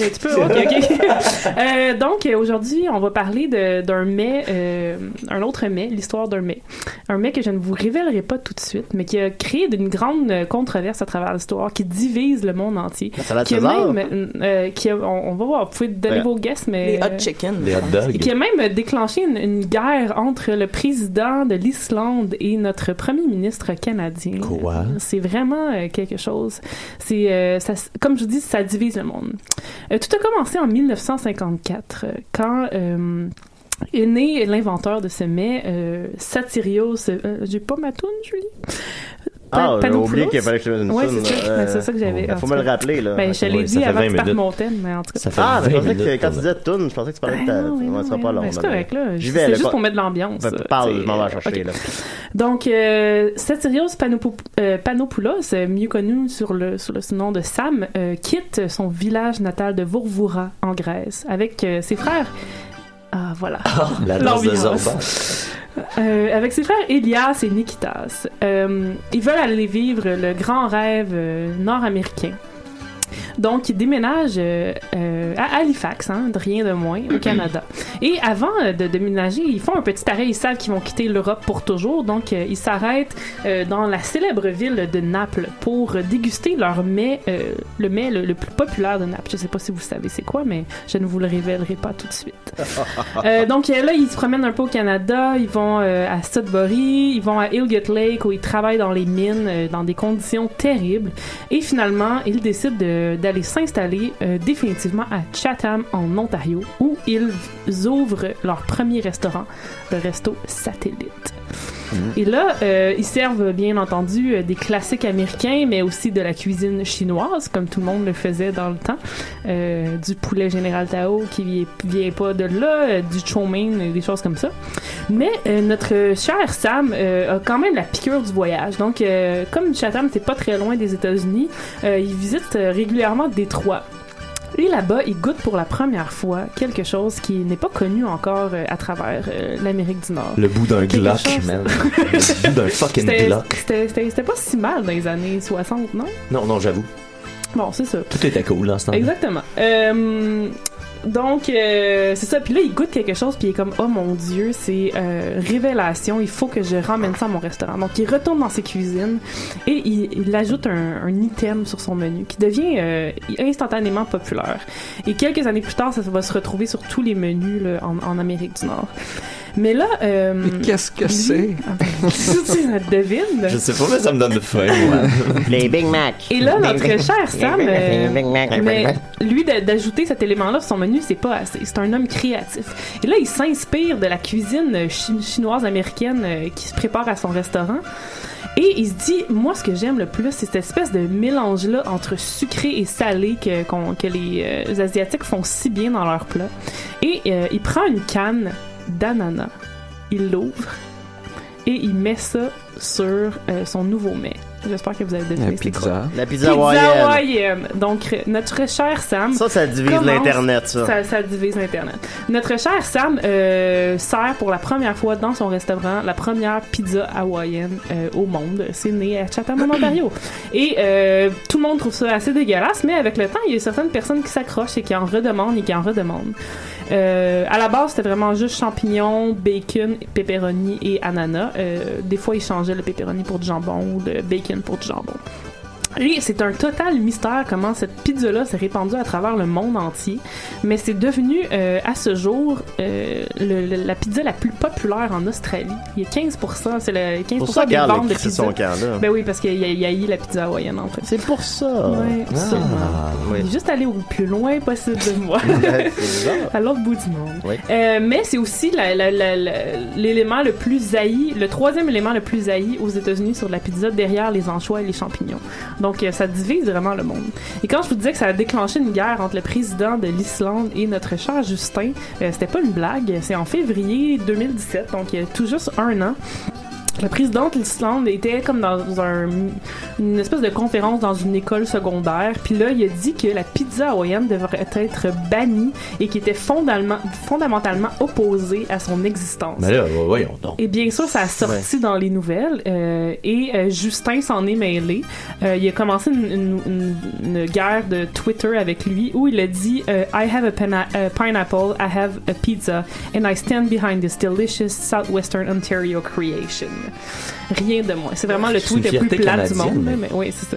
Speaker 5: Euh, tu peux, ok, ok. [LAUGHS] Euh, donc, euh, aujourd'hui, on va parler de- d'un mets, euh, un autre mets, l'histoire d'un mets. Un mets que je ne vous révélerai pas tout de suite, mais qui a créé d'une grande euh, controverse à travers l'histoire, qui divise le monde entier.
Speaker 4: Ça va
Speaker 5: Qui a
Speaker 4: César?
Speaker 5: même, euh, qui a- on, on va voir, vous pouvez donner
Speaker 4: Ouais.
Speaker 5: vos guesses, mais...
Speaker 8: Les
Speaker 5: euh,
Speaker 8: hot chicken.
Speaker 6: Les hot
Speaker 5: et
Speaker 6: dogs.
Speaker 5: qui a même déclenché une, une guerre entre le président de l'Islande et notre premier ministre canadien.
Speaker 6: Quoi?
Speaker 5: C'est vraiment euh, quelque chose. C'est, euh, ça s- comme je vous dis, ça divise le monde. Euh, tout a commencé en 1954, euh, quand euh, est né l'inventeur de ce mets, euh, Satirios. euh, j'ai pas ma toune, Julie?
Speaker 4: Ah, j'ai
Speaker 5: Panopoulos?
Speaker 4: oublié qu'il fallait que je fasse une
Speaker 5: Ouais,
Speaker 4: toune,
Speaker 5: c'est ça.
Speaker 4: euh,
Speaker 5: Ouais, c'est ça que j'avais.
Speaker 4: Faut me le rappeler, là.
Speaker 5: Ben, je te l'ai
Speaker 6: Ouais, ça
Speaker 5: dit
Speaker 6: fait
Speaker 5: avant
Speaker 6: 20
Speaker 5: que tu partes
Speaker 6: minutes.
Speaker 5: mon thème, mais en tout cas.
Speaker 6: Ça fait
Speaker 4: Ah, mais je
Speaker 6: 20
Speaker 4: pensais que
Speaker 6: minutes
Speaker 4: quand
Speaker 6: pour
Speaker 4: tu disais tune, je pensais que tu parlais de
Speaker 5: Ah
Speaker 4: ta.
Speaker 5: non, oui,
Speaker 4: ouais,
Speaker 5: non,
Speaker 4: ça sera
Speaker 5: oui,
Speaker 4: pas
Speaker 5: non,
Speaker 4: long.
Speaker 5: mais C'est
Speaker 4: madame.
Speaker 5: correct, là.
Speaker 4: J'y vais,
Speaker 5: C'est
Speaker 4: là,
Speaker 5: juste
Speaker 4: pas-
Speaker 5: pour mettre de l'ambiance.
Speaker 4: Ben,
Speaker 5: là, tu
Speaker 4: Parle,
Speaker 5: sais.
Speaker 4: je m'en vais la
Speaker 5: Ok.
Speaker 4: chercher, là.
Speaker 5: Donc, euh, Satyrios Panopo- euh, Panopoulos, euh, mieux connu sur le, sur le nom de Sam, euh, quitte son village natal de Vourvoura, en Grèce, avec euh, ses frères. Ah, voilà. [LAUGHS]
Speaker 6: La danse de
Speaker 5: L'ambiance.
Speaker 6: Zorba.
Speaker 5: Euh, avec ses frères Elias et Nikitas. Euh, ils veulent aller vivre le grand rêve euh, nord-américain. Donc, ils déménagent euh, euh, à Halifax, hein, de rien de moins, au Canada. Et avant euh, de déménager, ils font un petit arrêt. Ils savent qu'ils vont quitter l'Europe pour toujours. Donc, euh, ils s'arrêtent euh, dans la célèbre ville de Naples pour euh, déguster leur mets, euh, le mets le, le plus populaire de Naples. Je sais pas si vous savez c'est quoi, mais je ne vous le révélerai pas tout de suite. [LAUGHS] Euh, donc euh, là, ils se promènent un peu au Canada, ils vont euh, à Sudbury, ils vont à Ilgut Lake où ils travaillent dans les mines euh, dans des conditions terribles. Et finalement, ils décident de- d'aller s'installer euh, définitivement à Chatham en Ontario où ils ouvrent leur premier restaurant, le resto satellite. Et là, euh, ils servent bien entendu euh, des classiques américains, mais aussi de la cuisine chinoise, comme tout le monde le faisait dans le temps. Euh, du poulet général Tao qui vient, vient pas de là, euh, du chow mein, euh, des choses comme ça. Mais euh, notre cher Sam euh, a quand même la piqûre du voyage. Donc, euh, comme Chatham, c'est pas très loin des États-Unis, euh, il visite euh, régulièrement Détroit. Et là-bas, ils goûtent pour la première fois quelque chose qui n'est pas connu encore euh, à travers euh, l'Amérique du Nord.
Speaker 6: Le bout d'un
Speaker 5: Quelque
Speaker 6: Glock,
Speaker 5: chose- [LAUGHS]
Speaker 6: man. Le bout d'un fucking
Speaker 5: C'était-
Speaker 6: Glock.
Speaker 5: C'était c'était- c'était pas si mal dans les années 60, non?
Speaker 6: Non, non, j'avoue.
Speaker 5: Bon, c'est ça.
Speaker 6: Tout était cool dans ce temps-là.
Speaker 5: Exactement. Euh, donc, euh, c'est ça. Puis là, il goûte quelque chose, puis il est comme, oh mon Dieu, c'est euh, révélation, il faut que je ramène ça à mon restaurant. Donc, il retourne dans ses cuisines et il, il ajoute un, un item sur son menu qui devient euh, instantanément populaire. Et quelques années plus tard, ça va se retrouver sur tous les menus là, en, en Amérique du Nord. Mais là... euh,
Speaker 10: qu'est-ce que
Speaker 5: lui-
Speaker 10: c'est?
Speaker 5: Ah ben, [LAUGHS] tu sais, ça te devine.
Speaker 6: Je sais pas, mais ça me donne de faim, moi.
Speaker 4: [LAUGHS] Les Big Mac.
Speaker 5: Et là, notre cher Sam, euh, mais
Speaker 4: Mais...
Speaker 5: lui d'a- d'ajouter cet élément-là sur son menu, c'est pas assez. C'est un homme créatif. Et là, il s'inspire de la cuisine euh, chi- chinoise américaine euh, qui se prépare à son restaurant. Et il se dit, moi, ce que j'aime le plus, c'est cette espèce de mélange-là entre sucré et salé que, qu'on- que les, euh, les Asiatiques font si bien dans leurs plats. Et euh, il prend une canne d'ananas, il l'ouvre et il met ça sur euh, son nouveau mets. J'espère que vous avez
Speaker 4: La
Speaker 5: deviné c'est quoi.
Speaker 4: pizza. La pizza hawaïenne.
Speaker 5: hawaïenne. Donc, euh, notre cher Sam...
Speaker 4: Ça, ça divise
Speaker 5: commence-
Speaker 4: l'Internet, ça.
Speaker 5: ça. ça divise l'Internet. Notre cher Sam euh, sert pour la première fois dans son restaurant la première pizza hawaïenne euh, au monde. C'est né à Chatham, en Ontario. Et euh, tout le monde trouve ça assez dégueulasse, mais avec le temps, il y a certaines personnes qui s'accrochent et qui en redemandent et qui en redemandent. Euh, à la base, c'était vraiment juste champignons, bacon, pepperoni et ananas. Euh, des fois, ils changeaient le pepperoni pour du jambon ou le bacon pour du jambon. Et c'est un total mystère comment cette pizza-là s'est répandue à travers le monde entier, mais c'est devenu euh, à ce jour euh, le- le- la pizza la plus populaire en Australie. Il y a 15%, c'est le 15%
Speaker 4: Pour ça,
Speaker 5: des
Speaker 4: Carl a
Speaker 5: ventes de
Speaker 4: crissé
Speaker 5: pizza.
Speaker 4: son camp, là.
Speaker 5: Ben oui, parce qu'il y a, il y a eu la pizza hawaïenne en fait.
Speaker 4: C'est pour ça. Ah.
Speaker 5: Ouais, absolument.
Speaker 4: oui.
Speaker 5: Juste aller au plus loin possible de moi.
Speaker 4: [LAUGHS] Ouais, c'est bizarre.
Speaker 5: à l'autre bout du monde.
Speaker 4: Oui.
Speaker 5: Euh, mais c'est aussi la- la- la- la- l'élément le plus haï, le troisième élément le plus haï aux États-Unis sur la pizza derrière les anchois et les champignons. Donc euh, ça divise vraiment le monde. Et quand je vous disais que ça a déclenché une guerre entre le président de l'Islande et notre cher Justin, euh, c'était pas une blague. C'est en février 2017, donc il y a tout juste un an. Le président de l'Islande était comme dans un- une espèce de conférence dans une école secondaire. Puis là, il a dit que la pizza hawaïenne devrait être bannie et qui était fondamentalement, fondamentalement opposée à son existence.
Speaker 6: Mais là, voyons donc.
Speaker 5: Et Eh bien sûr, ça a sorti dans les nouvelles euh, et euh, Justin s'en est mêlé. Euh, il a commencé une, une- une- une guerre de Twitter avec lui où il a dit euh, I have a, pina- a pineapple, I have a pizza, and I stand behind this delicious southwestern Ontario creation. Rien de moins. C'est vraiment le
Speaker 6: C'est une
Speaker 5: tweet le plus
Speaker 6: fierté
Speaker 5: plat du
Speaker 6: canadienne,
Speaker 5: monde.
Speaker 6: mais-
Speaker 5: Mais oui, c'est ça.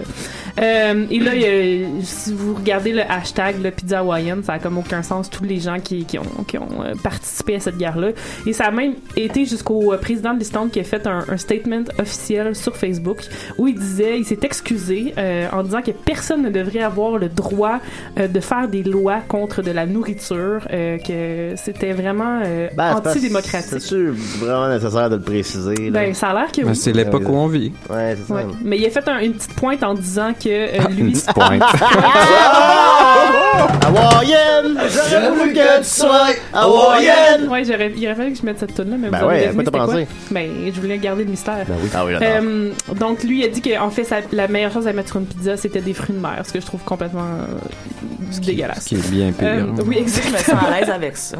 Speaker 5: Euh, et là, il y a- si vous regardez le hashtag le pizza hawaïenne, ça a comme aucun sens tous les gens qui, qui ont, qui ont euh, participé à cette guerre-là. Et ça a même été jusqu'au euh, président de l'Islande qui a fait un, un statement officiel sur Facebook où il disait, il s'est excusé euh, en disant que personne ne devrait avoir le droit euh, de faire des lois contre de la nourriture, euh, que c'était vraiment euh,
Speaker 4: Ben, c'est pas-
Speaker 5: antidémocratique.
Speaker 4: C'est vraiment nécessaire de le préciser. là. Ben,
Speaker 5: Ben, ça a l'air que oui.
Speaker 7: Bah, c'est l'époque où on vit.
Speaker 4: Ouais, c'est ça.
Speaker 5: Ouais. Mais il a fait un- une petite pointe en disant que euh, lui...
Speaker 7: Ah, une petite
Speaker 5: [LAUGHS]
Speaker 7: pointe.
Speaker 4: Ah! Hawaïenne! J'aurais voulu que tu sois Hawaïenne!
Speaker 5: Ouais, j'aurais, il aurait fallu que je mette cette tune là mais
Speaker 4: Ben
Speaker 5: vous avez
Speaker 4: ouais,
Speaker 5: deviné
Speaker 4: à quoi t'as
Speaker 5: c'était Ben, je voulais garder le mystère.
Speaker 4: Ben oui. Ah oui, j'adore.
Speaker 5: Euh, donc lui il a dit qu'en fait sa- la meilleure chose à mettre sur une pizza c'était des fruits de mer, ce que je trouve complètement euh, dégueulasse. Euh,
Speaker 7: ce qui est bien pire, hein.
Speaker 5: oui, exactement. Je me sens à l'aise avec ça.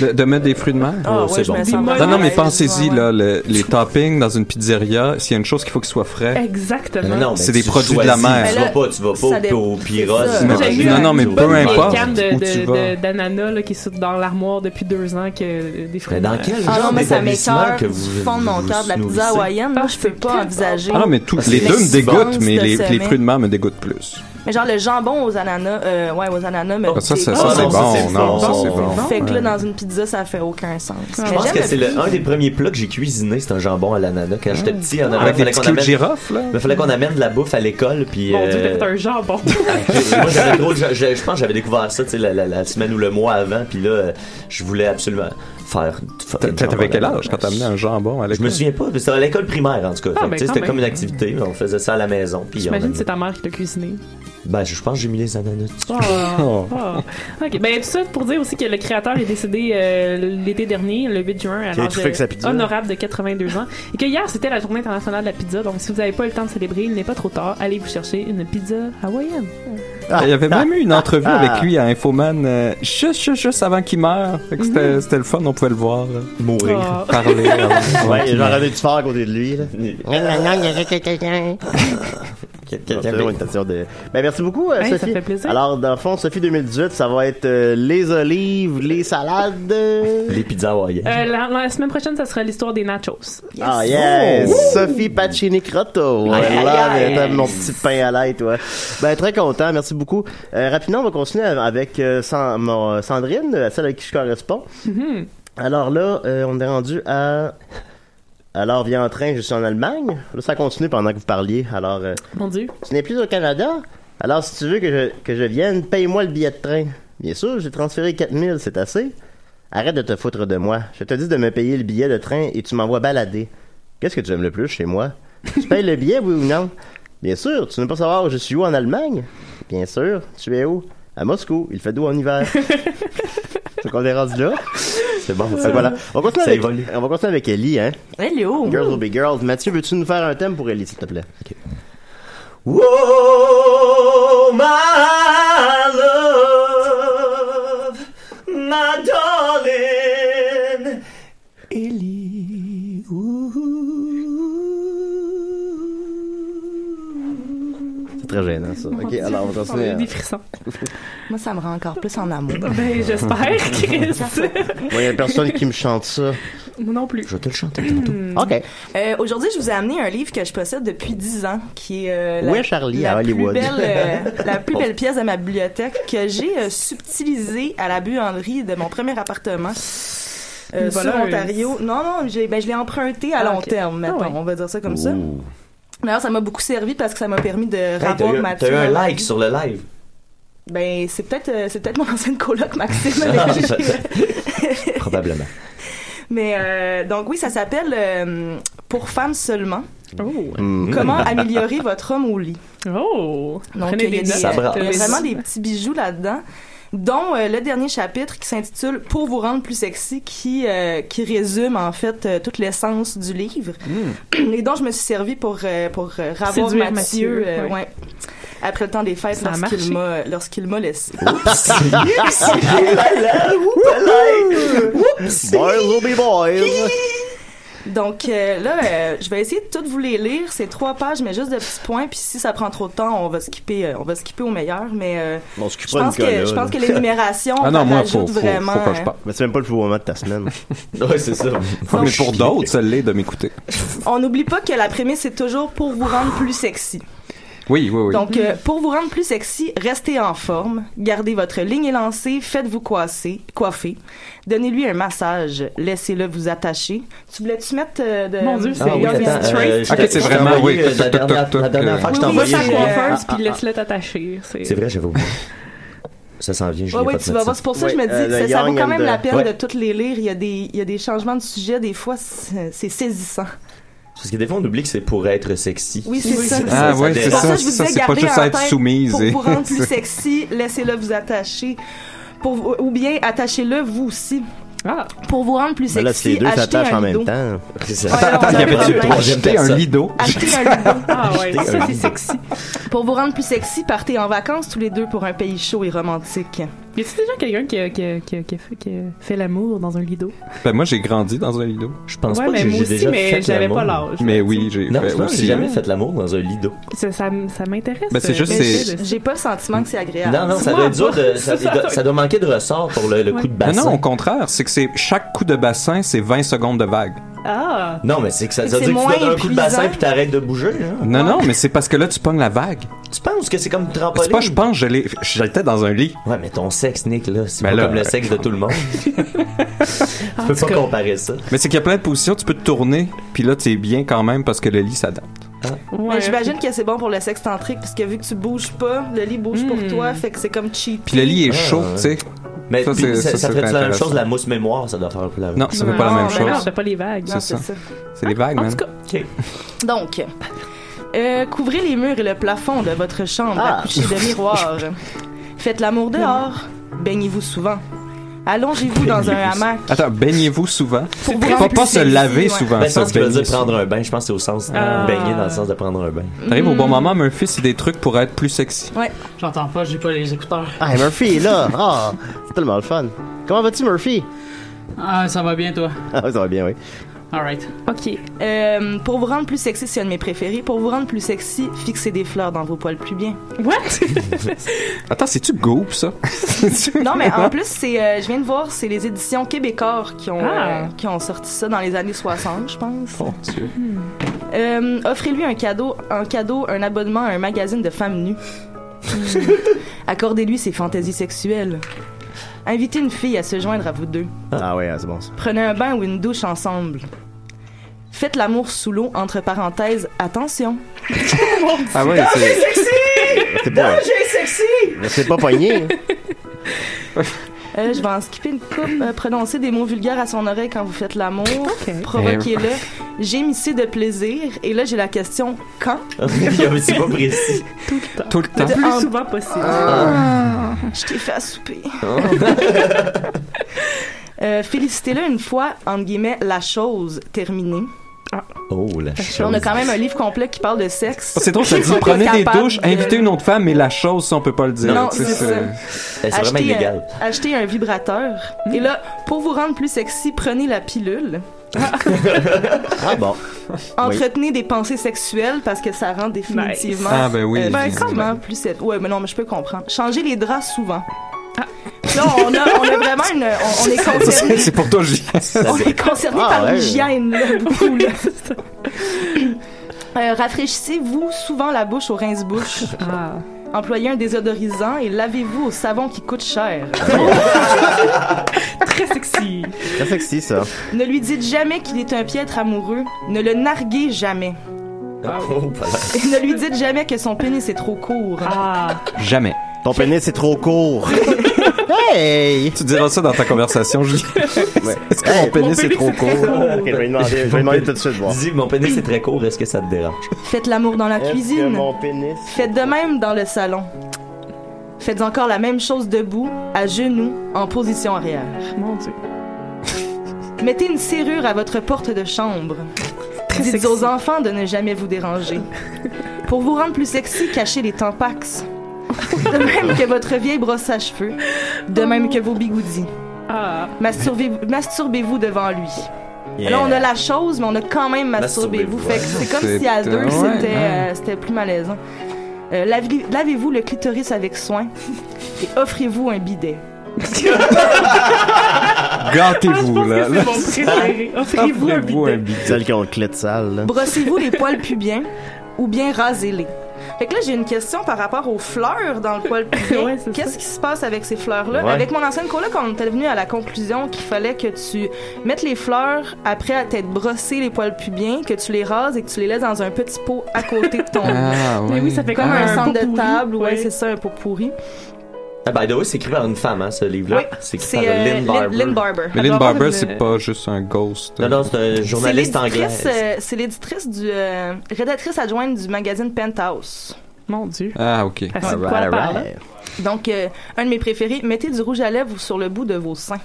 Speaker 7: De, de mettre des fruits de mer?
Speaker 5: Ah, ouais, je me sens
Speaker 7: Non,
Speaker 5: vraiment
Speaker 7: non, mais
Speaker 5: à l'aise,
Speaker 7: pensez-y, là, le- les toppings dans une pizzeria, s'il y a une chose qu'il faut qu'il soit frais.
Speaker 5: Exactement.
Speaker 7: non, C'est des produits de la mer.
Speaker 6: Tu vas pas, tu vas
Speaker 7: Ça
Speaker 6: pas
Speaker 7: dépend-
Speaker 6: au- au Pyros.
Speaker 7: c'est ça.
Speaker 6: manger
Speaker 7: Non,
Speaker 6: la
Speaker 7: non, mais
Speaker 6: pizza.
Speaker 7: peu
Speaker 5: Des
Speaker 7: importe
Speaker 5: cannes
Speaker 7: où tu
Speaker 5: de- de-
Speaker 7: vas.
Speaker 5: de- d'ananas là, qui sont dans l'armoire depuis deux ans que euh, des fruits
Speaker 6: Mais
Speaker 5: de
Speaker 6: dans
Speaker 5: mer.
Speaker 6: quel
Speaker 8: Ah non,
Speaker 6: genre
Speaker 8: mais ça
Speaker 6: d'établissement
Speaker 8: m'écœure
Speaker 6: que
Speaker 8: du
Speaker 6: vous
Speaker 8: fond de mon
Speaker 6: vous
Speaker 8: cœur de la pizza
Speaker 6: nourrissez?
Speaker 8: hawaïenne. Moi, je peux pas envisager.
Speaker 7: Ah non, mais tous les deux me dégoûtent, mais les, les fruits de mer me dégoûtent plus.
Speaker 8: Mais genre le jambon aux ananas, euh, ouais, aux ananas, mais
Speaker 7: Ah, ça, ça,
Speaker 8: Ah,
Speaker 7: ça,
Speaker 8: non,
Speaker 7: c'est bon, non, ça,
Speaker 8: bon.
Speaker 7: c'est bon.
Speaker 8: Fait que là,
Speaker 7: Ouais.
Speaker 8: dans une pizza, ça fait aucun sens. Mais
Speaker 6: Je pense
Speaker 8: j'aime
Speaker 6: que
Speaker 8: le
Speaker 6: c'est le-
Speaker 8: prix.
Speaker 6: un des premiers plats que j'ai cuisiné, c'est un jambon à l'ananas. Quand j'étais petit, en
Speaker 7: Avec des
Speaker 6: fallait
Speaker 7: petits
Speaker 6: qu'on
Speaker 7: clous de
Speaker 6: amène-
Speaker 7: girofle, là.
Speaker 6: Il fallait qu'on amène de la bouffe à l'école, puis.
Speaker 5: Mon dieu,
Speaker 6: euh,
Speaker 5: t'as fait
Speaker 6: [LAUGHS]
Speaker 5: un jambon.
Speaker 6: moi, j'avais trop- je, je- je pense que j'avais découvert ça, tu sais, la, la- la semaine ou le mois avant, puis là, euh, je voulais absolument faire. faire une
Speaker 7: T'as- T'avais
Speaker 6: jambon
Speaker 7: quel
Speaker 6: là-dedans.
Speaker 7: âge quand t'as amené un jambon à
Speaker 6: Je me
Speaker 7: l'école?
Speaker 6: souviens pas, mais c'était à l'école primaire en tout cas.
Speaker 5: Ah,
Speaker 6: Fait que,
Speaker 5: ben,
Speaker 6: tu sais,
Speaker 5: quand
Speaker 6: c'était
Speaker 5: même.
Speaker 6: comme une activité, mais on faisait ça à la maison. Puis on
Speaker 5: J'imagine
Speaker 6: amenait-
Speaker 5: que c'est ta mère qui l'a cuisiné.
Speaker 6: Ben, je pense que j'ai mis les ananas.
Speaker 5: Oh, oh. Ok, ben tout ça pour dire aussi que le créateur est décédé euh, l'été dernier, le 8 juin, à
Speaker 4: Qui a
Speaker 5: l'âge
Speaker 4: étouffé avec sa pizza.
Speaker 5: euh, honorable de 82 ans, et que hier c'était la journée internationale de la pizza. Donc si vous n'avez pas eu le temps de célébrer, il n'est pas trop tard. Allez vous chercher une pizza hawaïenne.
Speaker 4: Ah.
Speaker 7: Il y
Speaker 6: [LAUGHS]
Speaker 7: avait même eu une entrevue
Speaker 5: ah.
Speaker 7: avec lui à Infoman euh, juste, juste, juste avant qu'il meure. Fait que C'était
Speaker 5: Mhm.
Speaker 7: c'était le fun, on pouvait le voir. euh,
Speaker 4: Mourir.
Speaker 7: [LAUGHS]
Speaker 6: [LAUGHS]
Speaker 7: Parler. euh, avant
Speaker 4: ouais,
Speaker 7: qu'il
Speaker 4: genre
Speaker 7: meure.
Speaker 4: René Dufort à côté de lui. Là. Bon, une station de- Ben, merci beaucoup, euh,
Speaker 5: Hey, ça
Speaker 4: Sophie.
Speaker 5: fait plaisir.
Speaker 4: Alors, dans le fond, Sophie 2018, ça va être euh, les olives, les salades.
Speaker 6: Les pizzas hawaïennes.
Speaker 5: Euh, la, la semaine prochaine, ça sera l'histoire des nachos.
Speaker 4: Ah, yes!
Speaker 5: Oh!
Speaker 4: Sophie Pacini Crotto.
Speaker 5: Aïe, aïe,
Speaker 4: Voilà,
Speaker 5: aïe.
Speaker 4: mais t'as mon petit pain à l'ail, toi. Ben, très content. Merci beaucoup. Euh, rapidement, on va continuer avec euh, San- mon, euh, Sandrine, celle à qui je correspond.
Speaker 5: Mhm.
Speaker 4: Alors là, euh, on est rendu à. Alors, via en train, je suis en Allemagne. Là, ça continue pendant que vous parliez. Alors, euh,
Speaker 5: Mon Dieu.
Speaker 4: tu n'es plus au Canada? Alors, si tu veux que je, que je vienne, paye-moi le billet de train. Bien sûr, j'ai transféré 4000, c'est assez. Arrête de te foutre de moi. Je te dis de me payer le billet de train et tu m'envoies balader. Qu'est-ce que tu aimes le plus chez moi? Tu payes le billet, oui ou non? Bien sûr, tu ne veux pas savoir je suis où en Allemagne? Bien sûr, tu es où? À Moscou, il fait doux en
Speaker 5: [LAUGHS]
Speaker 4: hiver. c'est qu'on est rendu là. C'est bon,
Speaker 6: ça.
Speaker 4: Voilà. On continue,
Speaker 6: Ça
Speaker 4: avec,
Speaker 6: évolue.
Speaker 4: on va continuer avec Ellie, hein?
Speaker 8: Hello!
Speaker 4: Girls will be girls. Mathieu, veux-tu nous faire un thème pour Ellie, s'il te plaît?
Speaker 6: Oh, my love, my darling, Ellie.
Speaker 4: C'est très gênant, ça.
Speaker 8: Mon
Speaker 4: Ok,
Speaker 8: Dieu,
Speaker 4: alors on va
Speaker 8: on
Speaker 4: continuer. hein.
Speaker 8: a eu des
Speaker 5: frissons.
Speaker 8: Moi, ça me rend encore plus en amour.
Speaker 5: Ben,
Speaker 8: [LAUGHS]
Speaker 5: j'espère, Chris.
Speaker 4: Moi, il y a personne qui me chante ça.
Speaker 5: Moi non plus.
Speaker 4: Je vais te le chanter tantôt. OK.
Speaker 8: Hmm. Euh, Aujourd'hui, je vous ai amené un livre que je possède depuis 10 ans, qui est euh, la,
Speaker 4: Où est Charlie
Speaker 8: la
Speaker 4: à Hollywood?
Speaker 8: Plus belle, euh,
Speaker 6: [LAUGHS]
Speaker 8: la plus belle pièce de ma bibliothèque que j'ai euh, subtilisée à la buanderie de mon premier appartement. Euh,
Speaker 5: Une
Speaker 8: sur
Speaker 5: voleuse.
Speaker 8: Ontario. Non, non, j'ai- ben, je l'ai emprunté à
Speaker 5: Ah,
Speaker 8: long
Speaker 5: ok.
Speaker 8: terme, mettons.
Speaker 5: Ah ouais.
Speaker 8: On va dire ça comme ça. D'ailleurs, ça m'a beaucoup servi parce que ça m'a permis de
Speaker 6: Oh. t'as
Speaker 8: revoir
Speaker 6: eu,
Speaker 8: Mathieu.
Speaker 6: t'as eu un like sur le
Speaker 5: [LAUGHS]
Speaker 6: live.
Speaker 8: Ben, c'est peut-être euh, c'est peut-être mon ancienne coloc, Maxime.
Speaker 6: [LAUGHS] Ah,
Speaker 5: [LAUGHS]
Speaker 8: avec qui [LAUGHS] j'ai-
Speaker 6: Probablement.
Speaker 8: Mais euh, donc oui, ça s'appelle euh, Pour femmes seulement.
Speaker 6: Mm.
Speaker 8: Comment améliorer votre homme au lit.
Speaker 5: Oh!
Speaker 8: Donc
Speaker 5: Prenez
Speaker 8: il y a,
Speaker 5: des
Speaker 8: des-
Speaker 5: notes. Ça brasse.
Speaker 8: il y a vraiment des petits bijoux là-dedans dont euh, le dernier chapitre qui s'intitule Pour vous rendre plus sexy qui euh, qui résume en fait euh, toute l'essence du livre [CLEARS THROAT]
Speaker 3: Hmm.
Speaker 8: et dont je me suis servi pour euh, pour euh, ravoir
Speaker 5: Séduire
Speaker 8: Mathieu,
Speaker 5: Mathieu,
Speaker 8: euh,
Speaker 5: ouais.
Speaker 8: ouais. après le temps des fêtes
Speaker 5: Ça a marché.
Speaker 8: lorsqu'il m'a lorsqu'il m'a laissé. [LAUGHS]
Speaker 5: Ah,
Speaker 4: Boys will be boys.
Speaker 8: Donc euh, là, euh, je vais essayer de toutes vous les lire. C'est trois pages, mais juste de petits points. Puis si ça prend trop de temps, on va skipper, euh, on va skipper au meilleur. Mais euh,
Speaker 4: Bon,
Speaker 8: je pense que je pense que l'énumération
Speaker 4: [LAUGHS] Ah non,
Speaker 8: on
Speaker 4: moi, faut-
Speaker 8: rajoute
Speaker 4: faut-
Speaker 8: vraiment.
Speaker 7: faut que je
Speaker 8: euh,
Speaker 7: parle.
Speaker 4: Mais c'est même pas le plus beau moment de ta semaine.
Speaker 6: ouais, c'est ça.
Speaker 7: Mais pour d'autres, ça l'est de m'écouter.
Speaker 8: euh, on n'oublie pas que la prémisse c'est toujours pour vous rendre plus sexy.
Speaker 7: Oui, oui, oui.
Speaker 8: Donc,
Speaker 5: Mm.
Speaker 8: euh, pour vous rendre plus sexy, restez en forme, gardez votre ligne élancée, faites-vous coiffer, coiffer, donnez-lui un massage, laissez-le vous attacher. Tu voulais-tu mettre euh, de...
Speaker 5: Mon Dieu,
Speaker 8: de-
Speaker 5: c'est Ah oui, Young and attends, Straight. euh, je
Speaker 7: Ok, c'est vraiment, oui.
Speaker 6: envoyé, euh, la
Speaker 7: toc, toc,
Speaker 6: dernière-
Speaker 7: toc, toc,
Speaker 6: la dernière
Speaker 7: euh,
Speaker 6: fois que je
Speaker 5: Oui, oui,
Speaker 6: t'envoyais.
Speaker 5: sa
Speaker 8: Ah,
Speaker 5: coiffeuse,
Speaker 6: euh, ah,
Speaker 5: puis laisse-le t'attacher. C'est
Speaker 6: C'est vrai, j'avais oublié. Ça s'en vient, je
Speaker 8: Ouais,
Speaker 6: l'ai
Speaker 8: ouais,
Speaker 6: pas
Speaker 8: tu vas voir, c'est pour ça que je me dis
Speaker 6: euh,
Speaker 8: que ça, ça vaut quand même la peine de toutes les lire. Il y, a des, il y a des changements de sujet, des fois, c'est c'est saisissant.
Speaker 6: Parce que des fois, on oublie que c'est pour être sexy. [LAUGHS]
Speaker 8: Oui, c'est ça.
Speaker 7: Ah ouais, c'est
Speaker 8: pour
Speaker 7: ça.
Speaker 8: je vous
Speaker 7: Ça,
Speaker 8: disais,
Speaker 7: c'est pas
Speaker 8: gardez
Speaker 7: juste
Speaker 8: en
Speaker 7: être
Speaker 8: tête,
Speaker 7: soumise
Speaker 8: Pour
Speaker 5: hein.
Speaker 7: et-
Speaker 8: vous rendre
Speaker 5: [LAUGHS]
Speaker 8: plus sexy, laissez-le vous attacher. Pour, ou bien attachez-le vous aussi.
Speaker 5: Ah.
Speaker 8: Pour vous rendre plus
Speaker 4: Mais Ben
Speaker 8: sexy,
Speaker 4: là, si les deux
Speaker 8: achetez
Speaker 4: s'attachent
Speaker 8: un
Speaker 4: en même
Speaker 8: lido.
Speaker 4: temps.
Speaker 8: Attends, attends, il y avait-tu un troisième
Speaker 7: Acheter un
Speaker 8: personne?
Speaker 7: lido.
Speaker 8: Achetez un lido. Ah
Speaker 5: ouais,
Speaker 7: Achetez ça, un c'est lido.
Speaker 8: sexy. Pour vous rendre plus sexy, partez en vacances tous les deux pour un pays chaud et romantique.
Speaker 5: Y a-t-il déjà quelqu'un qui a, qui a- qui a- qui a fait, qui a fait l'amour dans un lido?
Speaker 7: Ben, moi, j'ai grandi dans un lido. Je
Speaker 6: pense
Speaker 5: Ouais, pas que mais j'ai- moi j'ai aussi, déjà mais fait j'avais l'amour. pas l'âge.
Speaker 7: Mais oui, j'ai
Speaker 6: Non,
Speaker 7: fait
Speaker 6: je pense que j'ai
Speaker 7: aussi. hein.
Speaker 6: jamais fait l'amour dans un lido.
Speaker 5: Ça, ça, m- ça m'intéresse.
Speaker 7: Ben, c'est juste,
Speaker 5: Mais
Speaker 7: c'est-
Speaker 5: je-
Speaker 8: J'ai pas le sentiment que c'est agréable.
Speaker 6: Non, non, ça
Speaker 5: Moi,
Speaker 6: doit être dur de.
Speaker 5: [LAUGHS]
Speaker 7: [LAUGHS]
Speaker 5: moi,
Speaker 6: Ça,
Speaker 5: ça,
Speaker 6: il doit-
Speaker 5: ça-
Speaker 6: ça doit manquer de ressort pour le, le coup de
Speaker 7: Ah
Speaker 6: bassin.
Speaker 7: non, au contraire, c'est que c'est chaque coup de bassin, c'est 20 secondes de vague.
Speaker 5: Ah!
Speaker 6: Non, mais c'est que ça, ça
Speaker 8: C'est
Speaker 6: veut dire que tu
Speaker 8: moins
Speaker 6: donnes un coup de bassin
Speaker 8: épuisant.
Speaker 6: puis t'arrêtes de bouger. là.
Speaker 7: Non, non, mais c'est parce que là, tu pognes la vague.
Speaker 6: Tu penses que c'est comme trampoline?
Speaker 7: C'est pas, je pense, je l'ai- j'étais dans un lit.
Speaker 6: Ouais, mais ton sexe, Nick, là, c'est
Speaker 7: Ben
Speaker 6: pas
Speaker 7: là,
Speaker 6: comme le
Speaker 7: euh,
Speaker 6: sexe de tout le monde. tu peux pas [LAUGHS] comparer ça.
Speaker 7: [LAUGHS] Mais c'est qu'il y a plein de positions, tu peux te tourner, puis là, t'es bien quand même parce que le lit s'adapte.
Speaker 8: Mais j'imagine que c'est bon pour le sexe tantrique, parce que vu que tu bouges pas, le lit bouge pour toi, fait que c'est comme cheap.
Speaker 7: Puis le lit est chaud,
Speaker 6: Ah, ouais.
Speaker 7: tu sais.
Speaker 6: Mais puis,
Speaker 7: c'est-
Speaker 6: ça, ça,
Speaker 7: c'est
Speaker 6: ferait la même
Speaker 7: intéressant.
Speaker 6: chose, la mousse mémoire, ça doit faire un peu la même
Speaker 7: Non, ça fait pas la
Speaker 8: Non,
Speaker 7: même
Speaker 8: mais non,
Speaker 7: chose.
Speaker 5: c'est pas les vagues.
Speaker 8: Non,
Speaker 7: C'est ça.
Speaker 8: c'est ça.
Speaker 7: C'est les vagues,
Speaker 8: En
Speaker 7: man.
Speaker 8: tout cas,
Speaker 6: Ok.
Speaker 8: donc, Euh, couvrez les murs et le plafond de votre chambre
Speaker 9: Ah.
Speaker 8: à coucher
Speaker 6: [LAUGHS]
Speaker 8: de miroir. Faites l'amour dehors. Baignez-vous souvent. Allongez-vous dans un hamac.
Speaker 7: Attends, baignez-vous souvent.
Speaker 8: Pour vous
Speaker 7: Faut
Speaker 8: rendre
Speaker 7: pas
Speaker 8: plus
Speaker 7: se
Speaker 8: sexy,
Speaker 7: laver
Speaker 8: ouais.
Speaker 7: souvent.
Speaker 6: Ben, je
Speaker 7: ça,
Speaker 6: pense qu'il veut
Speaker 7: baigner
Speaker 6: dire prendre
Speaker 7: souvent.
Speaker 6: un bain. Je pense que c'est au sens
Speaker 8: Ah. Mm.
Speaker 6: baigner dans le sens de prendre un bain.
Speaker 7: T'arrives au bon moment, Murphy, c'est des trucs pour être plus
Speaker 8: [LAUGHS]
Speaker 7: sexy.
Speaker 8: Ouais.
Speaker 10: [LAUGHS] J'entends pas, j'ai pas les écouteurs.
Speaker 4: Ah, Murphy, là! Ah, c'est tellement le fun. Comment vas-tu, Murphy?
Speaker 10: Ah, ça va bien, toi?
Speaker 4: Ah, ça va bien, oui.
Speaker 10: Alright.
Speaker 8: OK. Euh, pour vous rendre plus sexy, c'est un de mes préférés. Pour vous rendre plus sexy, fixez des fleurs dans vos poils pubiens. What?
Speaker 7: Attends, c'est-tu Goop, ça?
Speaker 8: [LAUGHS] non, mais
Speaker 7: [LAUGHS]
Speaker 8: en plus, c'est, euh, je viens de voir, c'est les éditions Québécois qui ont,
Speaker 7: Ah.
Speaker 8: euh, qui ont sorti ça dans les années 60, je pense.
Speaker 7: Oh, Dieu.
Speaker 8: Euh, offrez-lui un cadeau, un cadeau, un abonnement à un magazine de
Speaker 7: [LAUGHS]
Speaker 8: femmes nues. Accordez-lui ses fantaisies sexuelles. Invitez une fille à se joindre à vous deux.
Speaker 4: Ah, ouais, c'est bon, ça.
Speaker 8: Prenez un bain ou une douche ensemble. Faites l'amour sous l'eau, entre parenthèses, attention.
Speaker 4: Ah ouais, c'est-
Speaker 8: Danger
Speaker 4: Ah, C'est
Speaker 8: sexy!
Speaker 4: pas-
Speaker 8: Danger sexy!
Speaker 4: Mais c'est pas pogné.
Speaker 8: Euh, je vais en skipper une coupe. Euh, prononcez des mots vulgaires à son oreille quand vous faites l'amour. Provoquez-le. Gémissez de plaisir. Et là, j'ai la question quand
Speaker 6: Il y a un petit pas précis.
Speaker 7: Tout le temps.
Speaker 8: Le plus souvent possible. Ah. Je t'ai fait à souper. [LAUGHS] Euh, Félicitez-le une fois, entre guillemets, la chose terminée.
Speaker 6: Oh, la chose.
Speaker 8: On a quand même un livre complet qui parle de sexe.
Speaker 7: Oh, C'est
Speaker 8: [LAUGHS]
Speaker 7: drôle, ça dit
Speaker 8: Ils sont pas
Speaker 7: prenez des
Speaker 8: capables
Speaker 7: douches,
Speaker 8: de-
Speaker 7: invitez une autre femme, mais la chose, ça, on peut pas le dire.
Speaker 8: Non,
Speaker 7: Tu sais,
Speaker 8: c'est ça.
Speaker 7: Eh, vraiment
Speaker 8: Achetez un-
Speaker 7: illégal.
Speaker 8: Achetez euh, un vibrateur.
Speaker 7: Hmm.
Speaker 8: Et là, pour vous rendre plus sexy, prenez la pilule.
Speaker 4: Ah, bon.
Speaker 8: Entretenez des pensées sexuelles parce que ça rend définitivement
Speaker 4: Nice. Ah, ben oui,
Speaker 8: ben,
Speaker 4: évidemment.
Speaker 8: comment plus c'est ouais mais non mais je peux comprendre changez les draps souvent
Speaker 7: Ah.
Speaker 8: là on a, on a vraiment une on,
Speaker 7: [LAUGHS]
Speaker 8: on est concerné
Speaker 7: C'est pour toi, J.
Speaker 8: [LAUGHS] on est concerné
Speaker 7: Ah,
Speaker 8: par
Speaker 7: ouais.
Speaker 8: l'hygiène là,
Speaker 7: [LAUGHS]
Speaker 8: beaucoup là. Euh, rafraîchissez-vous souvent la bouche au rince-bouche employez un désodorisant et lavez-vous au savon qui coûte cher [LAUGHS] très sexy
Speaker 4: C'est sexy, ça.
Speaker 8: ne lui dites jamais qu'il est un piètre amoureux. Ne le narguez jamais. Ah,
Speaker 6: Oh, voilà.
Speaker 8: Et ne lui dites jamais que son pénis est trop court. Ah.
Speaker 7: Jamais.
Speaker 4: Ton pénis, c'est trop
Speaker 7: [LAUGHS]
Speaker 4: court. hey!
Speaker 7: Tu diras ça dans ta conversation, Julie. Est-ce que mon pénis est trop court?
Speaker 4: Ok, je vais lui demander, je vais lui demander tout de suite, voir.
Speaker 6: Dis, mon pénis est très court, est-ce que ça te dérange?
Speaker 8: Faites l'amour dans la
Speaker 4: Est-ce
Speaker 8: cuisine.
Speaker 4: que mon pénis-
Speaker 8: Faites de même dans le salon. Faites encore la même chose debout, à genoux, en position arrière. Mon Dieu. Mettez une serrure à votre porte de chambre. Dites aux enfants de ne jamais vous déranger. Pour vous rendre plus sexy, cachez les tampax. De même que votre vieille brosse à cheveux. De même que vos bigoudis. Ah. Masturbez- Masturbez-vous devant lui.
Speaker 9: Yeah.
Speaker 8: Là, on a la chose, mais on a quand même masturbez-vous.
Speaker 9: Masturbez-vous,
Speaker 8: Fait que
Speaker 9: ouais.
Speaker 8: c'est comme
Speaker 9: C'est-
Speaker 8: si à deux,
Speaker 9: ouais,
Speaker 8: c'était euh,
Speaker 9: ouais.
Speaker 8: c'était plus malaisant. Euh, lavez- Lavez-vous le clitoris avec soin et offrez-vous un bidet.
Speaker 7: Gâtez-vous, là.
Speaker 8: Ah, que c'est mon [LAUGHS] préféré. Offrez-vous un
Speaker 7: Offrez-vous un bidet.
Speaker 4: Celle qui ont le clé de salle, là.
Speaker 8: Brossez-vous les poils pubiens [LAUGHS] ou bien rasez-les. Fait que là, j'ai une question par rapport aux fleurs dans
Speaker 9: [LAUGHS]
Speaker 8: le poil pubien. Qu'est-ce qui se passe avec ces fleurs-là?
Speaker 9: Ouais.
Speaker 8: Avec mon ancienne coloc, on était venu à la conclusion qu'il fallait que tu mettes les fleurs après à t'être brossé les poils pubiens, que tu les rases et que tu les laisses dans un petit pot à côté de ton
Speaker 6: Ah, ouais. Mais oui, ça fait
Speaker 8: comme
Speaker 6: comme
Speaker 8: un
Speaker 6: un
Speaker 8: centre
Speaker 6: pot
Speaker 8: de
Speaker 6: pourri,
Speaker 8: table. Ouais,
Speaker 6: ouais.
Speaker 8: c'est ça, un pot pourri.
Speaker 6: [LAUGHS] Ah, by the way, c'est écrit par une femme, hein, ce livre-là.
Speaker 8: Oui,
Speaker 6: c'est écrit
Speaker 8: c'est,
Speaker 6: par
Speaker 8: euh,
Speaker 6: Lynn
Speaker 8: Lynn-
Speaker 6: Barber.
Speaker 8: Lynn Barber.
Speaker 7: Mais
Speaker 8: Elle doit
Speaker 7: Lynn
Speaker 8: avoir
Speaker 7: Barber,
Speaker 8: une-
Speaker 7: c'est pas juste un ghost.
Speaker 6: Non, non, c'est un journaliste
Speaker 8: C'est
Speaker 6: anglais.
Speaker 8: l'éditrice, euh, C'est l'éditrice du... euh, rédactrice adjointe du magazine Penthouse. Mon Dieu.
Speaker 7: Ah, ok.
Speaker 8: Ah, c'est de quoi elle parle, hein? Donc, euh, un de mes préférés, mettez du rouge à lèvres sur le bout de vos seins.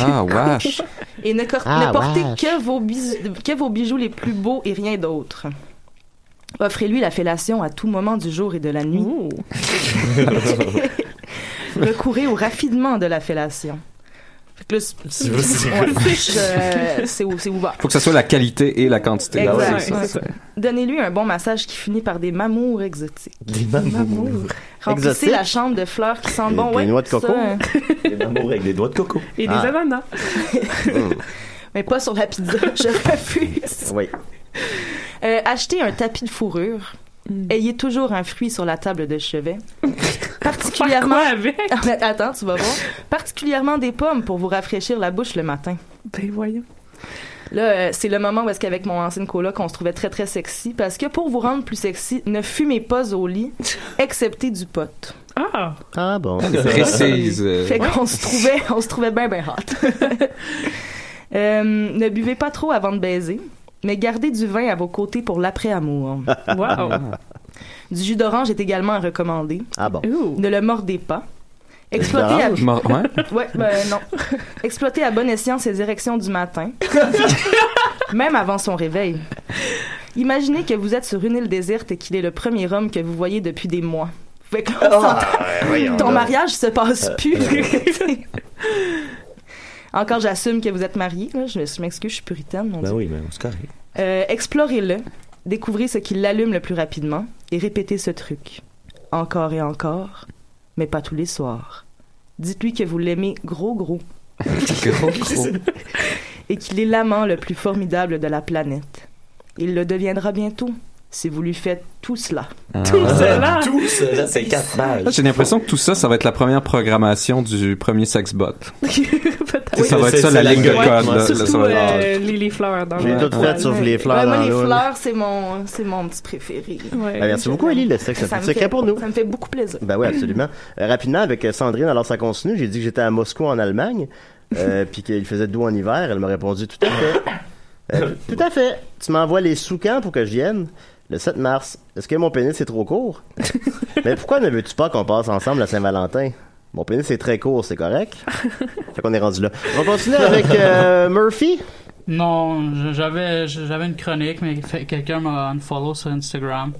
Speaker 7: Ah, wesh.
Speaker 8: [LAUGHS] Et ne, cor-
Speaker 7: Ah,
Speaker 8: ne portez
Speaker 7: wesh.
Speaker 8: que vos, bis- que vos bijoux les plus beaux et rien d'autre. Offrez-lui la fellation à tout moment du jour et de la nuit.
Speaker 7: [LAUGHS]
Speaker 8: [LAUGHS] Recourez au raffinement de la fellation. Fait que là, c'est-
Speaker 7: C'est vrai, c'est vrai.
Speaker 8: Ouais, je- euh, c'est ou- c'est ouvert.
Speaker 7: Faut que ça soit la qualité et la quantité.
Speaker 8: Exact.
Speaker 7: c'est ça.
Speaker 8: Ouais. Donnez-lui un bon massage qui finit par des mamours exotiques.
Speaker 6: Des mamours.
Speaker 8: Remplissez
Speaker 6: Exotiques?
Speaker 8: la chambre de fleurs qui sentent
Speaker 6: Des-
Speaker 8: bon.
Speaker 6: des
Speaker 8: ouais,
Speaker 6: noix de
Speaker 8: ça,
Speaker 6: coco?
Speaker 8: euh,
Speaker 6: Des mamours avec des doigts de coco.
Speaker 8: Et des
Speaker 6: Ah.
Speaker 8: ananas. Mais pas sur la pizza, [LAUGHS] je refuse.
Speaker 4: Oui.
Speaker 8: Euh, achetez un tapis de fourrure. Ayez toujours un fruit sur la table de chevet. Particulièrement. [LAUGHS] Attends, tu vas voir. Particulièrement des pommes pour vous rafraîchir la bouche le matin. Ben voyons. Là, euh, c'est le moment où est-ce qu'avec mon ancienne coloc, on se trouvait très très sexy parce que pour vous rendre plus sexy, ne fumez pas au lit, excepté du pot. Ah.
Speaker 4: Ah, bon.
Speaker 7: Elle est précise. euh.
Speaker 8: Fait qu'on se trouvait, on se trouvait bien, bien hot. Euh, ne buvez pas trop avant de baiser. mais gardez du vin à vos côtés pour l'après-amour.
Speaker 4: Wow.
Speaker 8: Du jus d'orange est également recommandé.
Speaker 4: Ah bon.
Speaker 8: Ne le mordez pas. Exploitez à...
Speaker 4: Mor-
Speaker 6: [LAUGHS]
Speaker 8: [LAUGHS]
Speaker 4: ouais?
Speaker 8: Ouais, ben, non. Exploitez à bon escient ses érections du matin, même avant son réveil. Imaginez que vous êtes sur une île déserte et qu'il est le premier homme que vous voyez depuis des mois. Fait que
Speaker 2: Oh,
Speaker 7: Ah,
Speaker 8: là, on s'entend- Ton mariage se passe plus. [LAUGHS] Encore, j'assume que vous êtes marié. là. Je, je m'excuse, je suis puritaine.
Speaker 6: [LAUGHS]
Speaker 8: Mon
Speaker 6: Ben
Speaker 8: Dieu.
Speaker 6: oui, mais c'est correct.
Speaker 8: Euh, Explorez-le, découvrez ce qui l'allume le plus rapidement et répétez ce truc. Encore et encore, mais pas tous les soirs. Dites-lui que vous l'aimez gros gros. [LAUGHS]
Speaker 6: Gros,
Speaker 8: gros. et qu'il est l'amant le plus formidable de la planète. Il le deviendra bientôt si vous lui faites tout cela.
Speaker 7: Tout
Speaker 6: cela! Ah. Tout cela, c'est quatre pages.
Speaker 7: J'ai l'impression que tout ça, ça va être la première programmation du premier sexbot.
Speaker 5: Oui.
Speaker 7: ça va être
Speaker 6: C'est-
Speaker 7: ça,
Speaker 6: c'est
Speaker 7: la ligne de
Speaker 6: l'algorithme,
Speaker 7: code.
Speaker 6: hein.
Speaker 7: là, là, ça
Speaker 5: Surtout
Speaker 7: va être-
Speaker 5: euh, les, les fleurs dans
Speaker 4: J'ai
Speaker 5: le-
Speaker 4: tout fait, sauf les fleurs
Speaker 8: Ouais, moi,
Speaker 4: dans
Speaker 8: les
Speaker 4: l'eau, là.
Speaker 8: fleurs, c'est mon, c'est mon petit préféré.
Speaker 4: Ah, merci beaucoup, Ellie, le sexe,
Speaker 8: Ça
Speaker 4: c'est
Speaker 8: me
Speaker 4: secret
Speaker 8: fait-
Speaker 4: pour nous.
Speaker 8: Ça me fait beaucoup plaisir.
Speaker 4: Ben oui,
Speaker 8: [LAUGHS]
Speaker 4: absolument. Euh, rapidement, avec euh, Sandrine, alors ça continue. J'ai dit que j'étais à Moscou en Allemagne,
Speaker 10: [LAUGHS]
Speaker 4: euh, puis qu'il faisait doux en hiver. Elle m'a répondu tout à fait.
Speaker 10: [LAUGHS]
Speaker 4: Euh, tout à fait. Tu m'envoies les sous-camps pour que je vienne le 7 mars. Est-ce que mon pénis est trop
Speaker 10: [LAUGHS]
Speaker 4: court? Mais pourquoi ne veux-tu pas qu'on passe ensemble à Saint-Valentin? Mon pénis est très court, c'est
Speaker 10: [LAUGHS]
Speaker 4: correct? fait qu'on est rendu là. On continue avec euh, Murphy.
Speaker 10: Non, je- j'avais j'avais une chronique, mais fait- quelqu'un m'a unfollow sur Instagram.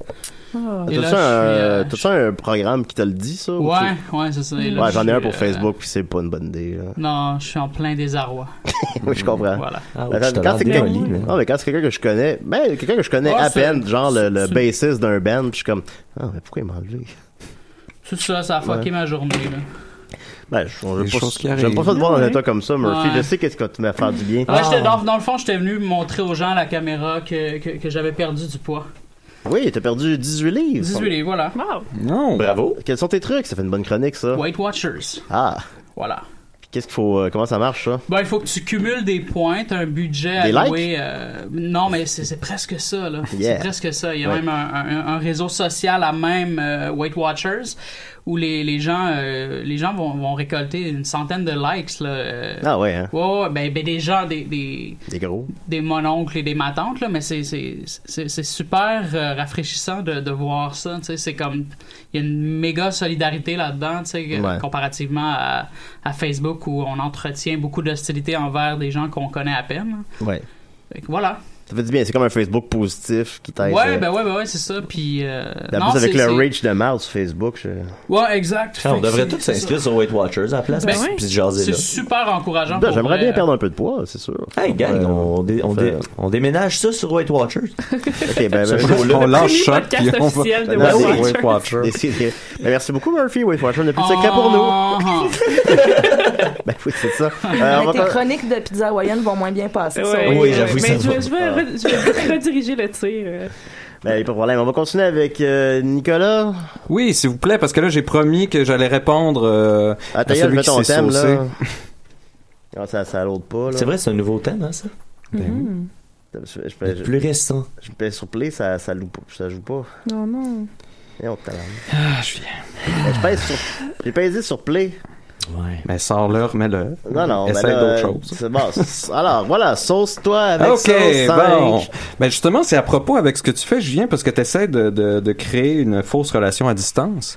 Speaker 4: T'as
Speaker 10: [LAUGHS] Et
Speaker 4: ça, un,
Speaker 10: là, je suis, euh,
Speaker 4: t'as ça un programme qui te le dit, ça? ou
Speaker 10: Ouais,
Speaker 4: tu-
Speaker 10: ouais, c'est ça. Et là,
Speaker 4: Ouais, j'en ai
Speaker 10: je
Speaker 4: un
Speaker 10: suis,
Speaker 4: pour
Speaker 10: euh,
Speaker 4: Facebook, puis c'est pas une bonne idée. là.
Speaker 10: Non, je suis en plein désarroi.
Speaker 4: [LAUGHS] oui, je comprends.
Speaker 10: Voilà.
Speaker 4: Ah,
Speaker 6: oui, je te
Speaker 4: quand c'est
Speaker 6: l'avais
Speaker 4: quelqu'un
Speaker 6: dit, mais-
Speaker 4: Non, mais quand c'est quelqu'un que je connais, ben, quelqu'un que je connais
Speaker 10: Ouais,
Speaker 4: à
Speaker 10: Ah, c'est-
Speaker 4: peine, genre le, le
Speaker 10: c'est-
Speaker 4: bassiste d'un band, puis je suis comme, ah, mais pourquoi il m'a enlevé?
Speaker 10: Tout ça, ça a
Speaker 4: Ouais.
Speaker 10: fucké ma journée. Là.
Speaker 4: Ben, je- j'aime
Speaker 7: Des
Speaker 4: pas,
Speaker 7: choses qui
Speaker 4: j'aime pas ça de
Speaker 7: arrivent.
Speaker 4: voir dans un
Speaker 10: Ouais.
Speaker 4: état comme ça, Murphy.
Speaker 10: Ouais. Ah,
Speaker 4: Je sais qu'est-ce que tu m'as fait du bien.
Speaker 10: Ouais, j'étais dans, dans le fond, j'étais venu montrer aux gens à la caméra que, que, que j'avais perdu du poids.
Speaker 4: Oui, t'as perdu 18 livres.
Speaker 10: 18 livres, voilà.
Speaker 7: Non.
Speaker 4: Bravo. Quels sont tes trucs? Ça fait une bonne chronique, ça.
Speaker 10: Weight Watchers.
Speaker 4: Ah.
Speaker 10: Voilà.
Speaker 4: Puis Qu'est-ce qu'il faut, euh, comment ça marche, ça?
Speaker 10: Ben, il faut que tu cumules des points, t'as un budget
Speaker 4: Des
Speaker 10: alloué. euh, non, mais c'est c'est presque ça,
Speaker 4: [LAUGHS]
Speaker 10: là.
Speaker 4: Yeah.
Speaker 10: C'est presque ça. Il y a
Speaker 4: Ouais.
Speaker 10: même un, un- un réseau social à même euh, Weight Watchers où les, les gens, euh, les gens vont, vont récolter une centaine de likes, là. euh.
Speaker 4: Ah ouais, hein?
Speaker 10: Ouais, ouais, ben, ben, des gens, des- des,
Speaker 4: Des gros.
Speaker 10: des mononcles et des matantes, là, mais c'est, c'est, c'est, c'est super euh, rafraîchissant de, de voir ça. tu sais, C'est comme. Il y a une méga solidarité là-dedans, tu sais, que-
Speaker 4: Ouais.
Speaker 10: comparativement à, à Facebook où on entretient beaucoup d'hostilité envers des gens qu'on connaît à peine.
Speaker 4: Ouais.
Speaker 10: Fait que voilà.
Speaker 4: Ça fait du bien, c'est comme un Facebook positif qui t'aide.
Speaker 10: Ouais,
Speaker 4: euh,
Speaker 10: ben ouais, ben ouais, c'est ça. Puis. euh,
Speaker 4: En
Speaker 10: non,
Speaker 4: plus, avec le
Speaker 10: c'est- c'est-
Speaker 4: reach de Mars sur Facebook, je...
Speaker 10: Ouais, exact.
Speaker 6: on
Speaker 10: Fait que
Speaker 6: devrait
Speaker 10: c'est-
Speaker 6: tous
Speaker 10: c'est
Speaker 6: s'inscrire
Speaker 10: ça.
Speaker 6: sur Weight Watchers à la place,
Speaker 10: Ben
Speaker 4: [LAUGHS]
Speaker 6: puis-
Speaker 10: ouais.
Speaker 6: puis se jaser
Speaker 10: C'est
Speaker 6: là.
Speaker 10: super encourageant.
Speaker 4: Ben,
Speaker 10: pour
Speaker 4: J'aimerais
Speaker 10: vrai.
Speaker 4: bien perdre un peu de poids, c'est sûr.
Speaker 6: Hey, gang,
Speaker 4: Ouais.
Speaker 6: on, dé- on, dé- on déménage ça sur Weight Watchers.
Speaker 4: [LAUGHS] Ok, ben, ben,
Speaker 6: Ce
Speaker 4: je-
Speaker 6: show-là.
Speaker 7: On lâche
Speaker 10: premier
Speaker 7: choc,
Speaker 10: podcast
Speaker 7: puis on va-
Speaker 10: officiel de
Speaker 7: Non,
Speaker 10: Weight
Speaker 7: c'est
Speaker 10: Watchers.
Speaker 7: Weight Watchers.
Speaker 4: Décidé. Ben, merci beaucoup, Murphy. Weight Watchers, on n'a plus de secret pour nous.
Speaker 10: Ah, ah.
Speaker 4: [LAUGHS] Ben oui, c'est
Speaker 10: [LAUGHS]
Speaker 4: ça. Euh, on
Speaker 8: Euh, Mais
Speaker 4: va
Speaker 8: tes
Speaker 4: pas-
Speaker 8: chroniques de pizza hawaïenne vont moins bien passer. ça, Ah.
Speaker 5: Ouais,
Speaker 8: oui.
Speaker 5: ouais,
Speaker 6: j'avoue,
Speaker 5: ouais.
Speaker 6: ça
Speaker 5: Mais je
Speaker 6: va.
Speaker 5: vais- je vais re- je vais rediriger le tir. euh.
Speaker 4: Ben, pas de problème. On va continuer avec euh, Nicolas.
Speaker 6: Ah,
Speaker 7: Oui, s'il vous plaît, parce que là, j'ai promis que j'allais répondre euh, à
Speaker 4: Attends, je
Speaker 7: celui
Speaker 4: mets
Speaker 7: qui
Speaker 4: Ah, ton
Speaker 7: s'est
Speaker 4: thème,
Speaker 7: saucé.
Speaker 4: là. [LAUGHS] Ah, ça, ça l'autre pas, là.
Speaker 6: C'est vrai, c'est un nouveau thème, hein, ça?
Speaker 5: Hmm.
Speaker 4: Je, je,
Speaker 6: Le
Speaker 4: je,
Speaker 6: plus récent.
Speaker 4: je me fais sur play, ça, ça, loue pas, ça joue pas.
Speaker 5: Non, non.
Speaker 4: Et on talent.
Speaker 7: Ah, je viens.
Speaker 4: Je pèse sur... J'ai pesé sur play.
Speaker 6: Ouais.
Speaker 7: Mais sors-le, remets-le.
Speaker 4: Non, non, ben
Speaker 7: Essaye
Speaker 4: là,
Speaker 7: d'autres
Speaker 4: euh,
Speaker 7: choses.
Speaker 4: C'est bon. C'est- Alors, voilà, sauce-toi avec
Speaker 7: Ok,
Speaker 4: sauce
Speaker 7: bon.
Speaker 4: 5.
Speaker 7: Ben justement, c'est à propos avec ce que tu fais, Julien, parce que tu essaies de, de, de créer une fausse relation à distance.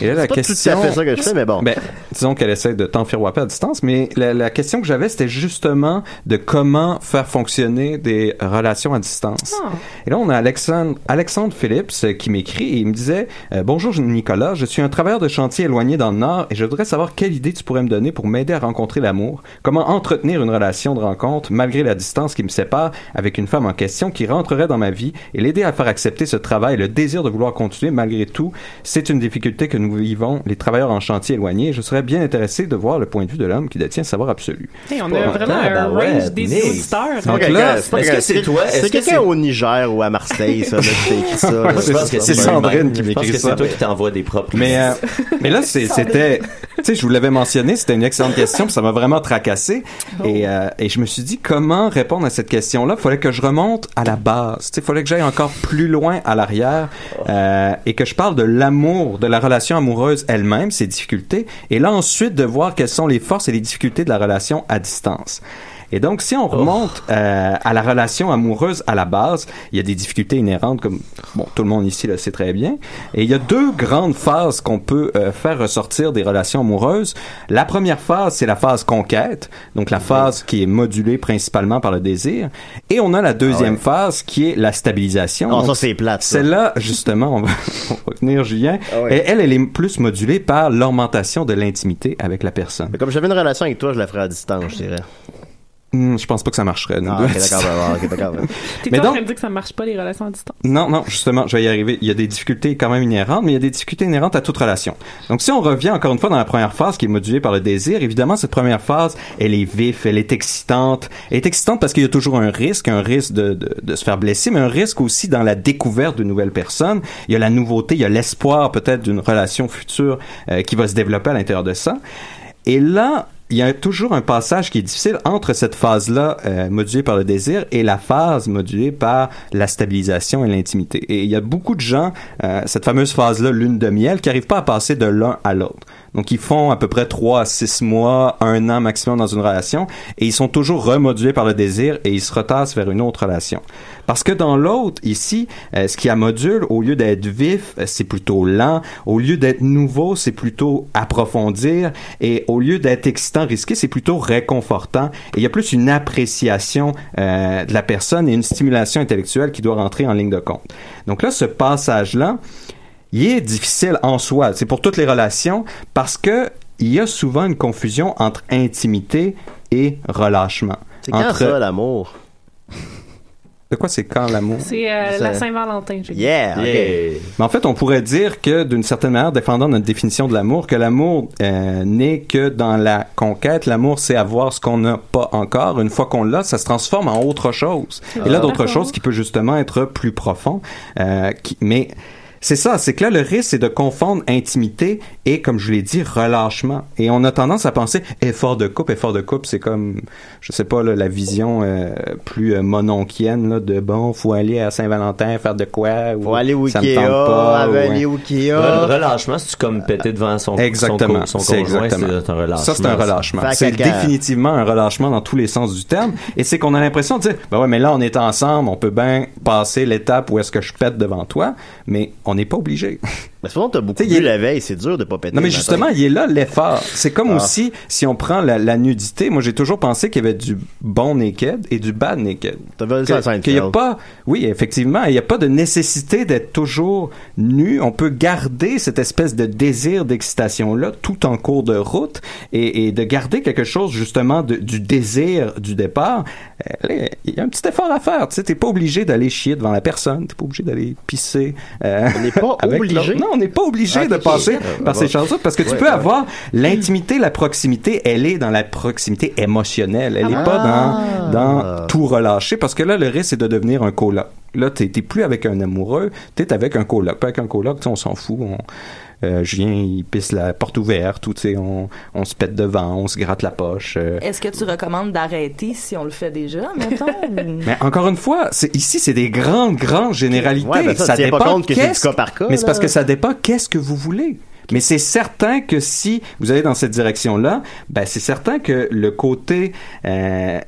Speaker 7: Et là, la
Speaker 4: C'est pas
Speaker 7: question.
Speaker 4: tout à fait ça que je fais, mais bon.
Speaker 7: Ben, disons qu'elle essaie de t'enfirouapper à distance, mais la, la question que j'avais, c'était justement de comment faire fonctionner des relations à distance.
Speaker 4: Ah.
Speaker 7: Et là, on a Alexandre, Alexandre Phillips euh, qui m'écrit et il me disait euh, Bonjour Nicolas, je suis un travailleur de chantier éloigné dans le Nord et je voudrais savoir quelle idée tu pourrais me donner pour m'aider à rencontrer l'amour. Comment entretenir une relation de rencontre malgré la distance qui me sépare avec une femme en question qui rentrerait dans ma vie et l'aider à faire accepter ce travail, le désir de vouloir continuer malgré tout. C'est une difficulté que nous vivons, les travailleurs en chantier éloignés. Je serais bien intéressé de voir le point de vue de l'homme qui détient le savoir absolu.
Speaker 5: Hey, on a vraiment
Speaker 6: Ah,
Speaker 5: un
Speaker 6: bah ouais,
Speaker 5: range des
Speaker 6: Nick.
Speaker 5: auditeurs.
Speaker 7: Donc
Speaker 4: Ok,
Speaker 7: là,
Speaker 4: c'est pas
Speaker 6: est-ce
Speaker 4: grave.
Speaker 6: que c'est toi? Est-ce
Speaker 4: C'est
Speaker 6: que
Speaker 4: quelqu'un
Speaker 6: c'est-
Speaker 4: au Niger ou à Marseille, ça, là, qui t'a écrit ça. là.
Speaker 6: Je pense que
Speaker 7: c'est
Speaker 6: lui-même.
Speaker 7: Sandrine qui
Speaker 6: Je pense
Speaker 7: m'écrit
Speaker 6: que
Speaker 7: ça.
Speaker 6: c'est toi qui t'envoies des propres. [LAUGHS]
Speaker 7: Mais, euh, [LAUGHS] mais là, c'est- c'était, tu sais, je vous l'avais mentionné, c'était une excellente question, puis ça m'a vraiment tracassé. Et, euh, et je me suis dit, comment répondre à cette question-là? Fallait que je remonte à la base. Tu sais, fallait que j'aille encore plus loin à l'arrière, euh, et que je parle de l'amour, de la relation amoureuse elle-même, ses difficultés, et là ensuite de voir quelles sont les forces et les difficultés de la relation à distance. Et donc, si
Speaker 4: Oh.
Speaker 7: on remonte euh, à la relation amoureuse à la base, il y a des difficultés inhérentes, comme bon, tout le monde ici le sait très bien. Et il y a deux grandes phases qu'on peut euh, faire ressortir des relations amoureuses. La première phase, c'est la phase conquête, donc la phase qui est modulée principalement par le désir. Et on a la deuxième phase qui est la stabilisation.
Speaker 4: Non,
Speaker 7: Donc,
Speaker 4: Ah ça, c'est plate, ça. Ah
Speaker 7: Celle-là, justement, on va, [LAUGHS] on va venir, Julien. Et elle, elle est plus modulée par l'augmentation de l'intimité avec la personne.
Speaker 4: Comme j'avais une relation avec toi, je la ferais à distance, je dirais.
Speaker 7: Hmm, je pense pas que ça marcherait. nous
Speaker 4: Ah,
Speaker 7: deux.
Speaker 4: ok, d'accord, bah, ok, d'accord.
Speaker 5: T'es
Speaker 7: Mais
Speaker 5: en
Speaker 7: donc,
Speaker 5: train de dire que ça marche pas les relations à distance.
Speaker 7: non, non, justement, je vais y arriver. Il y a des difficultés quand même inhérentes, mais il y a des difficultés inhérentes à toute relation. Donc, si on revient encore une fois dans la première phase qui est modulée par le désir, évidemment, cette première phase, elle est vif, elle est excitante. Elle est excitante parce qu'il y a toujours un risque, un risque de, de, de se faire blesser, mais un risque aussi dans la découverte de nouvelles personnes. Il y a la nouveauté, il y a l'espoir peut-être d'une relation future euh, qui va se développer à l'intérieur de ça. Et là, il y a toujours un passage qui est difficile entre cette phase-là euh, modulée par le désir et la phase modulée par la stabilisation et l'intimité. Et il y a beaucoup de gens, euh, cette fameuse phase-là, lune de miel, qui n'arrivent pas à passer de l'un à l'autre. Donc ils font à peu près trois à six mois, un an maximum dans une relation, et ils sont toujours remodulés par le désir et ils se retassent vers une autre relation. Parce que dans l'autre, ici, euh, ce qui a module, au lieu d'être vif, euh, c'est plutôt lent. Au lieu d'être nouveau, c'est plutôt approfondir. Et au lieu d'être excitant, risqué, c'est plutôt réconfortant. Et il y a plus une appréciation euh, de la personne et une stimulation intellectuelle qui doit rentrer en ligne de compte. Donc là, ce passage-là, il est difficile en soi. C'est pour toutes les relations parce que il y a souvent une confusion entre intimité et relâchement.
Speaker 4: C'est quand
Speaker 7: Entre-
Speaker 4: ça, l'amour?
Speaker 7: De quoi c'est quand l'amour?
Speaker 5: C'est euh,
Speaker 7: Ça-
Speaker 5: la Saint-Valentin, j'ai dit.
Speaker 4: Yeah, ok.
Speaker 7: Mais en fait, on pourrait dire que, d'une certaine manière, défendant notre définition de l'amour, que l'amour euh, n'est que dans la conquête. L'amour, c'est avoir ce qu'on n'a pas encore. Une fois qu'on l'a, ça se transforme en autre chose. Et là,
Speaker 1: Ah.
Speaker 7: d'autres
Speaker 1: D'accord.
Speaker 7: choses qui peut justement être plus profond. euh, qui- mais c'est ça, c'est que là, le risque, c'est de confondre intimité et, comme je l'ai dit, relâchement. Et on a tendance à penser effort de couple, effort de couple, c'est comme, je sais pas, là, la vision euh, plus euh, mononquienne là, de bon, faut aller à Saint-Valentin faire de quoi ou, Faut
Speaker 4: aller au
Speaker 7: ça me
Speaker 4: Ikea,
Speaker 7: tente pas,
Speaker 4: elle veut
Speaker 7: ou,
Speaker 4: aller
Speaker 7: hein.
Speaker 4: au Ikea.
Speaker 6: Re- Relâchement, c'est comme péter devant son,
Speaker 7: Exactement.
Speaker 6: son, co- son
Speaker 7: c'est
Speaker 6: conjoint,
Speaker 7: exactement.
Speaker 6: c'est un relâchement.
Speaker 7: Ça, c'est un relâchement.
Speaker 6: Fait
Speaker 7: C'est
Speaker 6: caca.
Speaker 7: définitivement un relâchement dans tous les sens du terme. Et c'est qu'on a l'impression de dire, ben ouais, mais là, on est ensemble, on peut bien passer l'étape où est-ce que je pète devant toi, mais on n'est
Speaker 6: [LAUGHS]
Speaker 7: pas obligé.
Speaker 4: Mais souvent, t'as beaucoup bu la veille, c'est dur de pas péter.
Speaker 7: Non, mais
Speaker 4: le matin.
Speaker 7: justement, il est là l'effort. C'est comme
Speaker 4: Ah.
Speaker 7: aussi, si on prend la, la nudité, moi j'ai toujours pensé qu'il y avait du bon naked et du bad naked.
Speaker 4: vu
Speaker 7: Que-
Speaker 4: ça, Seinfeld.
Speaker 7: Qu'il n'y a pas, oui, effectivement, il n'y a pas de nécessité d'être toujours nu. On peut garder cette espèce de désir d'excitation-là tout en cours de route et, et de garder quelque chose justement de- du désir du départ. Euh, là, Il y a un petit effort à faire. Tu sais, t'es pas obligé d'aller chier devant la personne. T'es pas obligé d'aller pisser. on n'est [LAUGHS] pas
Speaker 4: obligé?
Speaker 7: Non, on n'est pas obligé
Speaker 4: Ah,
Speaker 7: de
Speaker 4: ok.
Speaker 7: passer
Speaker 4: Euh,
Speaker 7: par
Speaker 4: bon.
Speaker 7: ces choses-là parce que tu
Speaker 4: Ouais,
Speaker 7: peux
Speaker 4: ouais.
Speaker 7: avoir l'intimité, la proximité, elle est dans la proximité émotionnelle. Elle n'est
Speaker 4: Ah.
Speaker 7: pas dans, dans tout relâcher parce que là, le risque, c'est de devenir un coloc. Là, t'es t'es plus avec un amoureux, t'es avec un coloc. Pas avec un coloc, tu sais, on s'en fout. On, euh, Julien, il pisse la porte ouverte ou tu sais, on, on se pète devant, on se gratte la poche. euh.
Speaker 8: Est-ce que tu recommandes d'arrêter si on le fait déjà,
Speaker 4: [LAUGHS]
Speaker 8: mettons? ou-
Speaker 7: Mais encore une fois, c'est- ici, c'est des grandes, grandes généralités.
Speaker 4: Ouais, ben ça, tu tiens pas compte que c'est du
Speaker 7: qu'est-ce-
Speaker 4: cas par cas,
Speaker 7: Mais c'est parce
Speaker 4: là.
Speaker 7: que ça dépend qu'est-ce que vous voulez. Mais c'est certain que si vous allez dans cette direction-là, ben c'est certain que le côté euh,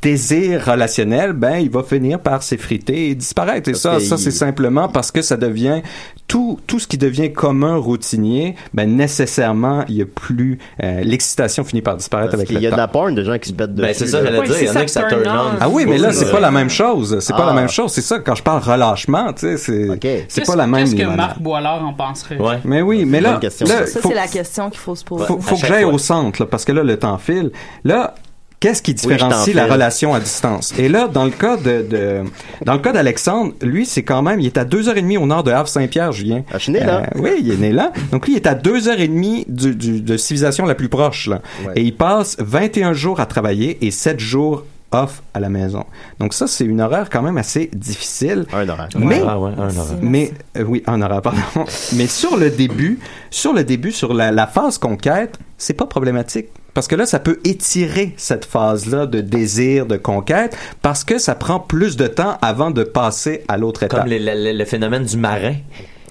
Speaker 7: désir relationnel, ben il va finir par s'effriter et disparaître. Et ça,
Speaker 1: que
Speaker 7: ça
Speaker 1: il-
Speaker 7: c'est simplement parce que ça devient tout tout ce qui devient commun routinier, ben nécessairement il y a plus euh, l'excitation finit par disparaître avec
Speaker 4: qu'il
Speaker 7: le
Speaker 4: y a de
Speaker 7: temps.
Speaker 4: la porn de gens qui se pètent dessus.
Speaker 7: Ben, c'est ça,
Speaker 4: là.
Speaker 7: j'allais Oui, dire, il y en a ça, qui ça ça turn turn on. Ah. on. Ah oui, mais là, c'est pas la même chose. C'est pas la même chose. C'est ça, quand je parle relâchement, tu sais, c'est c'est pas la même
Speaker 10: Qu'est-ce que
Speaker 7: limonade.
Speaker 10: Marc Boilard en penserait?
Speaker 7: Mais oui, mais là, là,
Speaker 8: ça,
Speaker 7: faut-
Speaker 8: c'est la question qu'il faut se poser.
Speaker 7: faut, faut que j'aille au centre, là, parce que là, le temps file. Là, qu'est-ce qui
Speaker 4: je t'en
Speaker 7: différencie
Speaker 4: file.
Speaker 7: la relation à distance? Et là, dans le cas de, de- dans le cas d'Alexandre, lui, c'est quand même, il est à deux heures et demie au nord de Havre-Saint-Pierre, Julien. Ah, je suis
Speaker 4: né là.
Speaker 7: oui, il est né là. Donc, lui, il est à deux heures et demie du, du- de civilisation la plus proche, là. Et il passe 21 jours à travailler et 7 jours off à la maison. Donc ça, c'est une horaire quand même assez difficile. Un horaire. Mais,
Speaker 6: Ah ouais, un horaire.
Speaker 7: mais euh, oui, un horaire, pardon. [LAUGHS] Mais sur le début, sur le début, sur la, la phase conquête, c'est pas problématique. Parce que là, ça peut étirer cette phase-là de désir, de conquête, parce que ça prend plus de temps avant de passer à l'autre étape.
Speaker 6: Comme les- le, le- le phénomène du marin.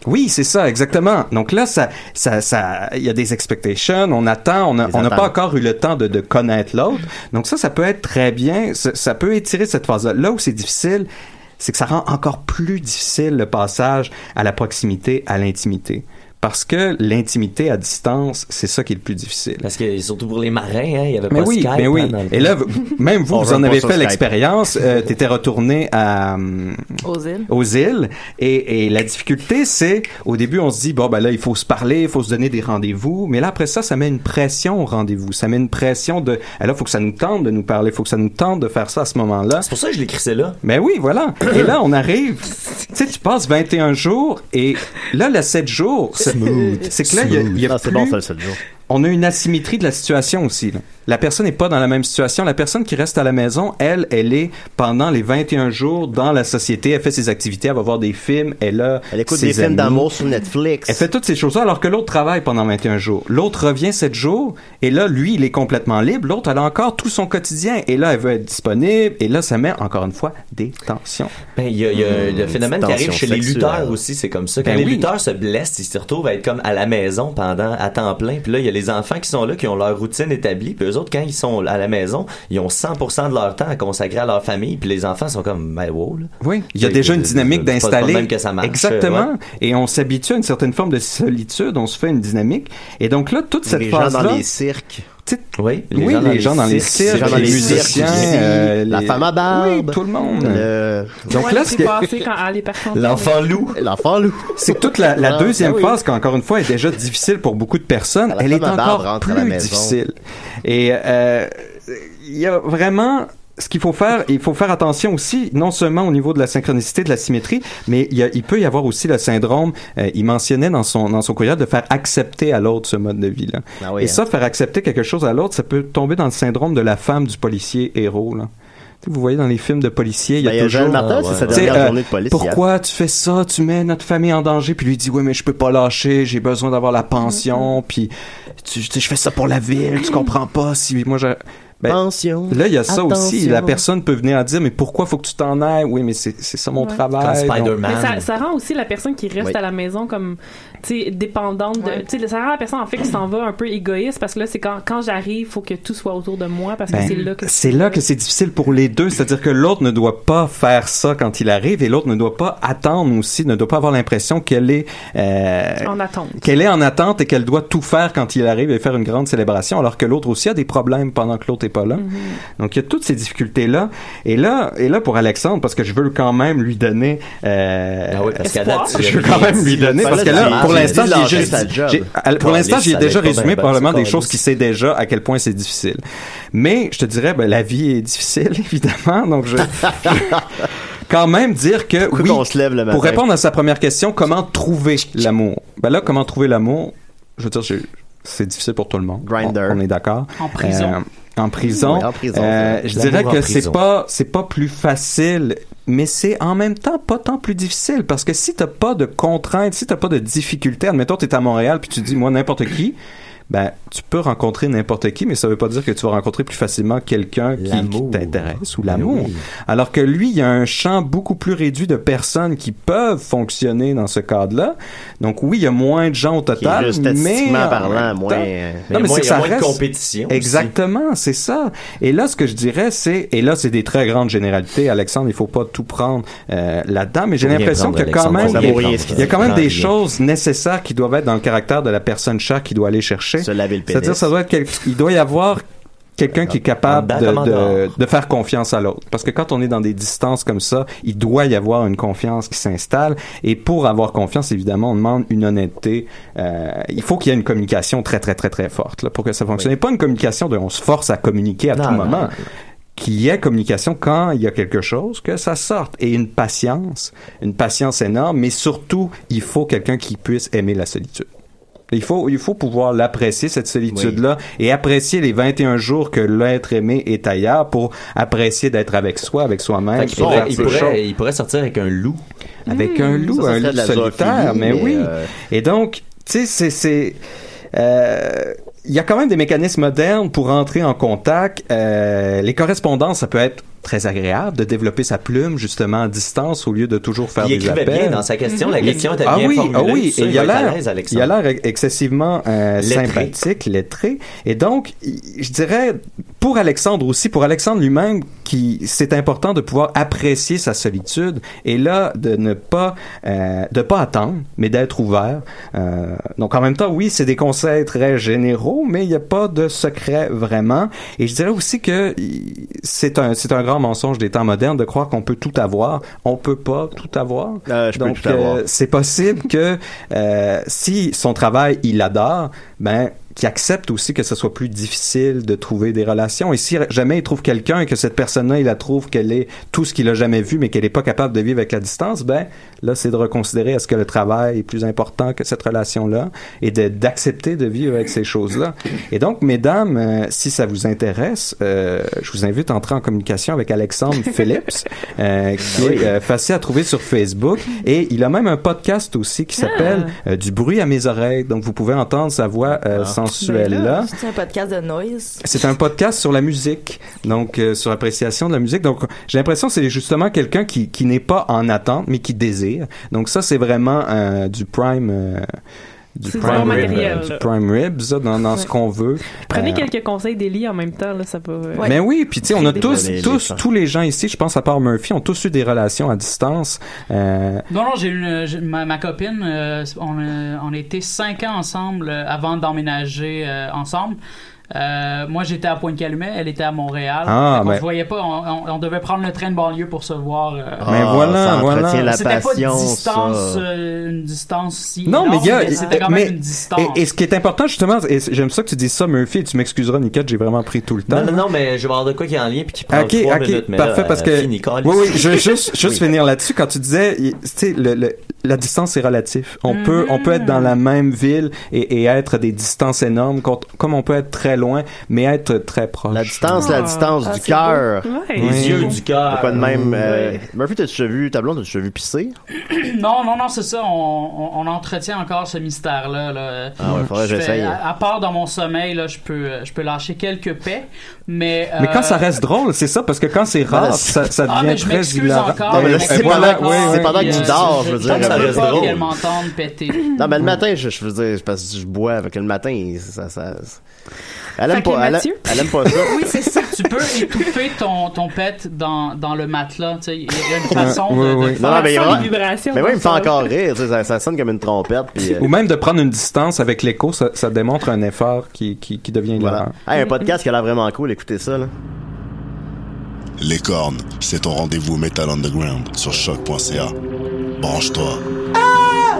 Speaker 7: Oui, c'est ça, exactement. Donc là, ça, ça, ça, il y a des expectations, on attend, on a-
Speaker 4: Des
Speaker 7: on n'a pas
Speaker 4: attentes.
Speaker 7: encore eu le temps de, de connaître l'autre. Donc ça, ça peut être très bien, ça, ça peut étirer cette phase-là. Là où c'est difficile, c'est que ça rend encore plus difficile le passage à la proximité, à l'intimité. Parce que l'intimité à distance, c'est ça qui est le plus difficile. Parce
Speaker 6: que surtout pour les marins, hein, il y avait
Speaker 7: mais
Speaker 6: pas
Speaker 7: oui,
Speaker 6: Skype,
Speaker 7: Mais oui,
Speaker 6: hein, dans le
Speaker 7: Et là,
Speaker 6: temps.
Speaker 7: vous- même vous,
Speaker 6: On
Speaker 7: vous en
Speaker 6: revient
Speaker 7: avez
Speaker 6: pas sur
Speaker 7: fait
Speaker 6: Skype.
Speaker 7: l'expérience. Euh, T'étais retourné à... hum,
Speaker 8: Aux îles.
Speaker 7: aux îles. Et, et la difficulté, c'est au début, on se dit bon ben là, il faut se parler, il faut se donner des rendez-vous. Mais là, après ça, ça met une pression au rendez-vous. Ça met une pression de ah là, faut que ça nous tente de nous parler, faut que ça nous tente de faire ça à ce moment-là. C'est
Speaker 6: pour ça que je l'écrissais là.
Speaker 7: Mais oui, voilà. Et là, on arrive. Tu sais, tu passes 21 jours et là, le 7 jours, c'est c'est que là, il y a, il y a
Speaker 4: Non, c'est bon,
Speaker 7: plus-
Speaker 4: ça, le seul jour.
Speaker 7: on a une asymétrie de la situation aussi. là. La personne n'est pas dans la même situation. La personne qui reste à la maison, elle, elle est pendant les 21 jours dans la société. Elle fait ses activités, elle va voir des films, elle a. Elle
Speaker 4: écoute des films d'amour sur Netflix.
Speaker 7: Elle fait toutes ces choses-là, alors que l'autre travaille pendant 21 jours. L'autre revient 7 jours, et là, lui, il est complètement libre. L'autre, elle a encore tout son quotidien, et là, elle veut être disponible, et là, ça met encore une fois des tensions.
Speaker 6: Ben, il y a, il y a le phénomène qui arrive chez les lutteurs aussi, c'est comme ça. Quand
Speaker 7: Hmm, Ben
Speaker 6: les
Speaker 7: oui.
Speaker 6: lutteurs se blessent, ils se retrouvent à être comme à la maison pendant à temps plein. Puis là, il y a les enfants qui sont là, qui ont leur routine établie. Puis eux autres, quand ils sont à la maison, ils ont 100% de leur temps à consacrer à leur famille. Puis les enfants sont comme, ben wow, là.
Speaker 7: Oui, il y a
Speaker 6: C'est-
Speaker 7: déjà une
Speaker 6: c'est-
Speaker 7: dynamique
Speaker 6: c'est pas- c'est pas de
Speaker 7: d'installer.
Speaker 6: même que ça marche,
Speaker 7: Exactement.
Speaker 6: ouais.
Speaker 7: Et on s'habitue à une certaine forme de solitude, on se fait une dynamique. Et donc là, toute cette
Speaker 4: les gens
Speaker 7: phase-là.
Speaker 4: dans les cirques.
Speaker 6: Oui,
Speaker 7: les gens dans les cirques,
Speaker 4: les gens dans
Speaker 7: les
Speaker 4: les cirques,
Speaker 7: musiciens,
Speaker 4: aussi,
Speaker 7: euh,
Speaker 4: la
Speaker 7: les-
Speaker 4: femme à
Speaker 8: Bah,
Speaker 4: barbe,
Speaker 7: Oui, tout le monde.
Speaker 4: Le-
Speaker 7: Donc là,
Speaker 5: c'est
Speaker 7: ce que-
Speaker 5: passé quand Ali
Speaker 7: [LAUGHS]
Speaker 5: est partie en
Speaker 6: loup.
Speaker 4: L'enfant loup.
Speaker 7: C'est que toute la, la
Speaker 4: Ah,
Speaker 7: deuxième
Speaker 4: ben oui.
Speaker 7: phase, qui encore une fois est déjà difficile pour beaucoup de personnes, elle est
Speaker 4: femme à barbe
Speaker 7: encore
Speaker 4: rentre à la
Speaker 7: plus
Speaker 4: maison.
Speaker 7: difficile. Et euh, il y a vraiment ce qu'il faut faire, il faut faire attention aussi, non seulement au niveau de la synchronicité, de la symétrie, mais il, y a- il peut y avoir aussi le syndrome, euh, il mentionnait dans son, dans son courriel, de faire accepter à l'autre ce mode de vie-là.
Speaker 4: Ah oui,
Speaker 7: Et
Speaker 4: hein.
Speaker 7: ça, faire accepter quelque chose à l'autre, ça peut tomber dans le syndrome de la femme du policier héros. Là. Tu sais, Vous voyez dans les films de policiers, il y a
Speaker 4: Ben, il y a
Speaker 7: toujours...
Speaker 4: Joël Martel, c'est sa
Speaker 7: Tu sais,
Speaker 4: dernière
Speaker 7: euh,
Speaker 4: journée de police,
Speaker 7: Pourquoi
Speaker 4: hier.
Speaker 7: pourquoi tu fais ça Tu mets notre famille en danger. Puis lui dit, oui, mais je peux pas lâcher. J'ai besoin d'avoir la pension.
Speaker 5: Mm-hmm.
Speaker 7: Puis tu, tu sais, je fais ça pour la ville. Tu comprends pas si moi je
Speaker 4: pension.
Speaker 7: Ben, Là, il y a ça aussi. La
Speaker 4: Attention.
Speaker 7: personne peut venir dire, mais pourquoi faut que tu t'en ailles Oui, mais c'est c'est ça mon
Speaker 5: Ouais.
Speaker 7: travail.
Speaker 6: Comme
Speaker 7: donc-
Speaker 5: Mais ça, ça rend aussi la personne qui reste
Speaker 7: Oui.
Speaker 5: à la maison comme tu sais dépendante de tu sais ça rend la personne en fait qui s'en va un peu égoïste parce que là c'est quand quand j'arrive faut que tout soit autour de moi parce que
Speaker 7: Ben,
Speaker 5: c'est là que
Speaker 7: c'est là que c'est difficile pour les deux, c'est-à-dire que l'autre ne doit pas faire ça quand il arrive et l'autre ne doit pas attendre aussi, ne doit pas avoir l'impression qu'elle est euh,
Speaker 5: en attente.
Speaker 7: qu'elle est en attente et qu'elle doit tout faire quand il arrive et faire une grande célébration, alors que l'autre aussi a des problèmes pendant que l'autre est pas là. Donc il y a toutes ces difficultés là. Et là, et là pour Alexandre, parce que je veux quand même lui donner. euh,
Speaker 6: Ah oui, parce qu'à date, tu lui
Speaker 7: je
Speaker 6: as
Speaker 7: veux quand
Speaker 6: rien
Speaker 7: même lui
Speaker 6: dit.
Speaker 7: donner
Speaker 6: Ben là,
Speaker 7: parce que
Speaker 6: tu
Speaker 7: là,
Speaker 6: as-
Speaker 7: pour
Speaker 6: tu as
Speaker 7: l'instant,
Speaker 6: dit de
Speaker 7: j'ai
Speaker 6: lâcher
Speaker 7: juste,
Speaker 6: ta job.
Speaker 7: j'ai- à- pour
Speaker 6: Bon,
Speaker 7: l'instant,
Speaker 6: Alice,
Speaker 7: j'ai
Speaker 6: ça
Speaker 7: déjà
Speaker 6: allait pas
Speaker 7: résumé
Speaker 6: bien,
Speaker 7: probablement
Speaker 6: ben,
Speaker 7: des
Speaker 6: c'est
Speaker 7: choses qui sait déjà à quel point c'est difficile. Mais je te dirais, ben, la vie est difficile [LAUGHS] évidemment, donc je. quand même dire que oui,
Speaker 4: qu'on se lève le matin?
Speaker 7: pour répondre à sa première question, comment trouver l'amour Ben là, comment trouver l'amour Je veux dire, j'ai- c'est difficile pour tout le monde. Grinder. On, on est d'accord.
Speaker 10: En prison.
Speaker 7: Euh, en prison.
Speaker 4: Oui, en prison,
Speaker 7: Euh,
Speaker 4: c'est
Speaker 7: je
Speaker 4: vrai.
Speaker 7: dirais
Speaker 4: L'amour en
Speaker 7: que c'est
Speaker 4: prison.
Speaker 7: pas c'est pas plus facile, mais c'est en même temps pas tant plus difficile parce que si t'as pas de contraintes, si t'as pas de difficultés, admettons t'es à Montréal puis tu dis moi n'importe qui. Ben, tu peux rencontrer n'importe qui, mais ça veut pas dire que tu vas rencontrer plus facilement quelqu'un qui, qui t'intéresse ou
Speaker 4: Ben
Speaker 7: l'amour. Alors que lui, il y a un champ beaucoup plus réduit de personnes qui peuvent fonctionner dans ce cadre-là. Donc oui, il y a moins de gens au total,
Speaker 4: juste
Speaker 7: mais
Speaker 4: statistiquement
Speaker 7: en
Speaker 4: parlant,
Speaker 7: même temps-
Speaker 4: moins- euh,
Speaker 7: Non,
Speaker 4: Il y a
Speaker 7: mais
Speaker 4: moins-
Speaker 7: c'est
Speaker 4: il y a
Speaker 7: ça
Speaker 4: moins de
Speaker 7: reste-
Speaker 6: compétition aussi.
Speaker 7: Exactement, c'est ça. Et là, ce que je dirais, c'est et là, c'est des très grandes généralités. Alexandre, il faut pas tout prendre euh, là-dedans, mais j'ai
Speaker 4: Faut rien
Speaker 7: l'impression que
Speaker 4: prendre,
Speaker 7: quand même,
Speaker 4: Alexandre, faut rien prendre.
Speaker 7: il y a quand même
Speaker 4: Prends
Speaker 7: des
Speaker 4: rien.
Speaker 7: choses nécessaires qui doivent être dans le caractère de la personne chère qui doit aller chercher. Se
Speaker 4: laver le pénis.
Speaker 7: C'est-à-dire, ça doit être quel- il doit y avoir quelqu'un qui hein? est capable
Speaker 6: En
Speaker 7: de,
Speaker 6: dedans comme en
Speaker 7: de- de faire confiance à l'autre. Parce que quand on est dans des distances comme ça, il doit y avoir une confiance qui s'installe. Et pour avoir confiance, évidemment, on demande une honnêteté. Euh, il faut qu'il y ait une communication très, très, très, très forte là, pour que ça fonctionne. Et Pas une communication de on se force à communiquer à tout
Speaker 6: non,
Speaker 7: moment.
Speaker 6: non.
Speaker 7: Qu'il y ait communication quand il y a quelque chose, que ça sorte. Et une patience, une patience énorme, mais surtout, il faut quelqu'un qui puisse aimer la solitude. Il faut, il faut pouvoir l'apprécier, cette solitude-là, et apprécier les 21 jours que l'être aimé est ailleurs pour apprécier d'être avec soi, avec soi-même.
Speaker 6: Fait
Speaker 7: et
Speaker 6: qu'il pourrait-
Speaker 7: faire
Speaker 6: il,
Speaker 7: ses choses.
Speaker 6: pourrait, il pourrait sortir avec un loup. Hmm,
Speaker 7: Avec un loup,
Speaker 6: ça
Speaker 7: un
Speaker 6: serait
Speaker 7: loup
Speaker 6: de la
Speaker 7: solitaire,
Speaker 6: zoophilie,
Speaker 7: mais,
Speaker 6: mais,
Speaker 7: oui.
Speaker 6: euh,
Speaker 7: Et donc, tu sais, c'est- c'est... euh, Il y a quand même des mécanismes modernes pour entrer en contact. Euh, les correspondances, ça peut être très agréable de développer sa plume justement à distance au lieu de toujours faire
Speaker 6: Il
Speaker 7: des
Speaker 6: écrivait
Speaker 7: appels.
Speaker 6: bien dans sa question, la
Speaker 7: Il-
Speaker 6: question était
Speaker 7: ah
Speaker 6: bien
Speaker 7: oui,
Speaker 6: formulée,
Speaker 7: Ah oui,
Speaker 6: tout ça,
Speaker 7: et il a
Speaker 6: il va être à
Speaker 7: l'air
Speaker 6: l'aise,
Speaker 7: il
Speaker 6: Alexandre.
Speaker 7: a l'air excessivement euh,
Speaker 6: Lettré.
Speaker 7: sympathique, lettré et donc il- je dirais pour Alexandre aussi, pour Alexandre lui-même qui c'est important de pouvoir apprécier sa solitude et là de ne pas euh, de pas attendre mais d'être ouvert. Euh, donc en même temps oui, c'est des conseils très généraux mais il n'y a pas de secret vraiment et je dirais aussi que il- c'est un c'est un grand mensonge des temps modernes de croire qu'on peut tout avoir, on peut pas tout avoir.
Speaker 4: je peux
Speaker 7: donc
Speaker 4: tout avoir.
Speaker 7: euh, c'est possible que euh, si son travail il adore, ben qu'il accepte aussi que ce soit plus difficile de trouver des relations. Et si jamais il trouve quelqu'un et que cette personne-là, il la trouve qu'elle est tout ce qu'il a jamais vu, mais qu'elle n'est pas capable de vivre avec la distance, ben là, c'est de reconsidérer est-ce que le travail est plus important que cette relation-là et de- d'accepter de, vivre avec ces choses-là. Et donc, mesdames, euh, si ça vous intéresse, euh, je vous invite à entrer en communication avec Alexandre Phillips, euh, qui est euh, facile à trouver sur Facebook. Et il a même un podcast aussi qui s'appelle
Speaker 5: Ah.
Speaker 7: euh, Du bruit à mes oreilles. Donc, vous pouvez entendre sa voix euh,
Speaker 5: Ben
Speaker 7: sensuelle là.
Speaker 8: C'est un podcast de noise.
Speaker 7: C'est un podcast sur la musique, donc euh, sur l'appréciation de la musique. Donc j'ai l'impression que c'est justement quelqu'un qui, qui n'est pas en attente, mais qui désire. Donc ça, c'est vraiment euh, du prime. euh, du
Speaker 5: C'est du bon
Speaker 7: rib,
Speaker 5: matériel,
Speaker 7: euh,
Speaker 5: là.
Speaker 7: du prime rib, ça, dans, dans ce
Speaker 5: Ouais.
Speaker 7: qu'on veut.
Speaker 5: Prenez
Speaker 7: Euh,
Speaker 5: quelques conseils d'Élie en même temps, là, ça va. euh,
Speaker 7: mais oui, puis tu sais, on a tous,
Speaker 5: Prenez les
Speaker 7: tous,
Speaker 6: [LAUGHS]
Speaker 7: tous les gens ici, je pense à part Murphy, ont tous eu des relations à distance. Euh,
Speaker 10: Non, non, j'ai une, j'ai- ma, ma copine, euh, on, a, on a été cinq ans ensemble euh, avant d'emménager euh, ensemble. Euh, moi, j'étais à Pointe-Calumet, elle était à Montréal.
Speaker 7: Ah,
Speaker 10: on
Speaker 7: ben-
Speaker 10: se voyait pas, on, on- on devait prendre le train de banlieue pour se voir. euh,
Speaker 7: Ah, Mais voilà, ça voilà. entretient la
Speaker 10: C'était
Speaker 7: passion,
Speaker 10: pas une distance,
Speaker 7: ça.
Speaker 10: euh, une distance si.
Speaker 7: Non, mais il y a.
Speaker 10: énorme, C'était quand
Speaker 7: mais-
Speaker 10: même une distance.
Speaker 7: et, et ce qui est important, justement, et c- j'aime ça que tu dises ça, Murphy, et tu m'excuseras, Nicotte, j'ai vraiment pris tout le temps.
Speaker 6: Non, non, non, mais je vais avoir de quoi qui est en lien puis qui prend
Speaker 7: Ok,
Speaker 6: trois
Speaker 7: ok,
Speaker 6: minutes. Mais
Speaker 7: parfait,
Speaker 6: là,
Speaker 7: parce
Speaker 6: euh,
Speaker 7: que
Speaker 6: fini, Carlis.
Speaker 7: oui, oui, je veux
Speaker 6: [LAUGHS]
Speaker 7: juste, juste
Speaker 6: Oui.
Speaker 7: finir là-dessus quand tu disais, il- tu sais, le, le- la distance est relative. On
Speaker 10: Mm.
Speaker 6: Mhm.
Speaker 7: peut, on peut être dans la même ville et, et être à des distances énormes, qu'on- comme on peut être très loin, mais être très proche. La
Speaker 4: distance,
Speaker 10: Ah.
Speaker 4: la distance
Speaker 7: Ah,
Speaker 4: du cœur.
Speaker 6: Les yeux du cœur.
Speaker 4: Pas de même.
Speaker 6: Ouais.
Speaker 4: euh, Murphy, t'as-tu vu, ta blonde, t'as-tu vu pisser?
Speaker 10: [COUGHS] Non, non, non, c'est ça. On, on- on entretient encore ce mystère-là. Là.
Speaker 4: Ah ouais,
Speaker 10: Je
Speaker 4: faudrait que
Speaker 10: fais-
Speaker 4: j'essaye.
Speaker 10: À, à part dans mon sommeil, là, je peux, euh, je peux lâcher quelques paix, mais.
Speaker 7: Mais
Speaker 10: euh,
Speaker 7: quand ça reste drôle, c'est ça, parce que quand c'est rare,
Speaker 4: Ben,
Speaker 10: Voilà, c'est-
Speaker 7: ça, ça
Speaker 10: Ah,
Speaker 7: devient
Speaker 10: mais je
Speaker 7: très
Speaker 10: m'excuse
Speaker 7: hilarant.
Speaker 10: encore, Non, mais là, je c'est m'excuse pendant- encore,
Speaker 4: Ah, c'est pendant que tu
Speaker 10: euh,
Speaker 4: dors,
Speaker 10: je-
Speaker 4: je veux
Speaker 10: je-
Speaker 4: dire,
Speaker 10: je
Speaker 4: ça
Speaker 10: veux
Speaker 4: reste
Speaker 10: pas
Speaker 4: drôle.
Speaker 10: qu'elle m'entende péter.
Speaker 4: Non, mais le matin, je, je veux dire, c'est parce que je bois avec le matin, ça, ça, elle
Speaker 10: Fait
Speaker 4: aime
Speaker 10: que
Speaker 4: pas, elle,
Speaker 10: Mathieu-
Speaker 4: elle aime pas
Speaker 10: [LAUGHS]
Speaker 4: ça.
Speaker 10: oui, c'est ça. Tu peux étouffer ton, ton pet dans, dans le matelas. tu sais. Il y a une façon de, de faire
Speaker 4: Non, non, mais, il
Speaker 10: sans
Speaker 4: va-
Speaker 10: les vibrations
Speaker 4: mais oui, il me fait
Speaker 10: dans ça.
Speaker 4: encore rire, tu sais, ça, ça sonne comme une trompette. Puis, euh,
Speaker 7: Ou même de prendre une distance avec l'écho, ça, ça démontre un effort qui, qui, qui devient hilarant.
Speaker 4: hey, un podcast qui a l'air vraiment cool, écoutez ça. Là.
Speaker 11: Les cornes, c'est ton rendez-vous Metal Underground sur choc.ca. Branche-toi.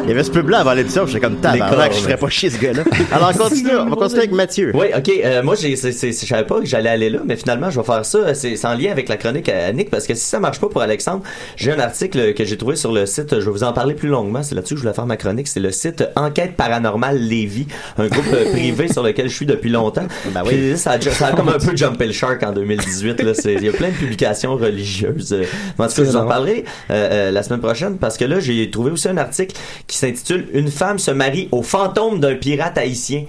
Speaker 4: Il y avait ce pub-là avant l'émission, j'étais comme tabarnak,
Speaker 6: cornes.
Speaker 4: je serais pas chier ce gars-là. Alors,
Speaker 10: [LAUGHS]
Speaker 4: continue, on va continuer avec Mathieu.
Speaker 6: Oui, ok. euh, moi, j'ai, c'est- c'est- je savais pas que j'allais aller là, mais finalement, je vais faire ça. Euh, C'est, c'est en lien avec la chronique à Nick, parce que si ça marche pas pour Alexandre, j'ai un article que j'ai trouvé sur le site. Je vais vous en parler plus longuement. C'est là-dessus que je voulais faire ma chronique. C'est le site Enquête Paranormale Lévis, un groupe euh, privé sur lequel je suis depuis longtemps. Puis ça, a, ju- ça a comme un peu jumpé le shark en 2018. là. C'est- Il y a plein de publications religieuses. Euh, mais En tout cas, je vous en parlerai euh, euh, la semaine prochaine, parce que là, j'ai trouvé aussi un article qui s'intitule Une femme se marie au fantôme d'un pirate haïtien.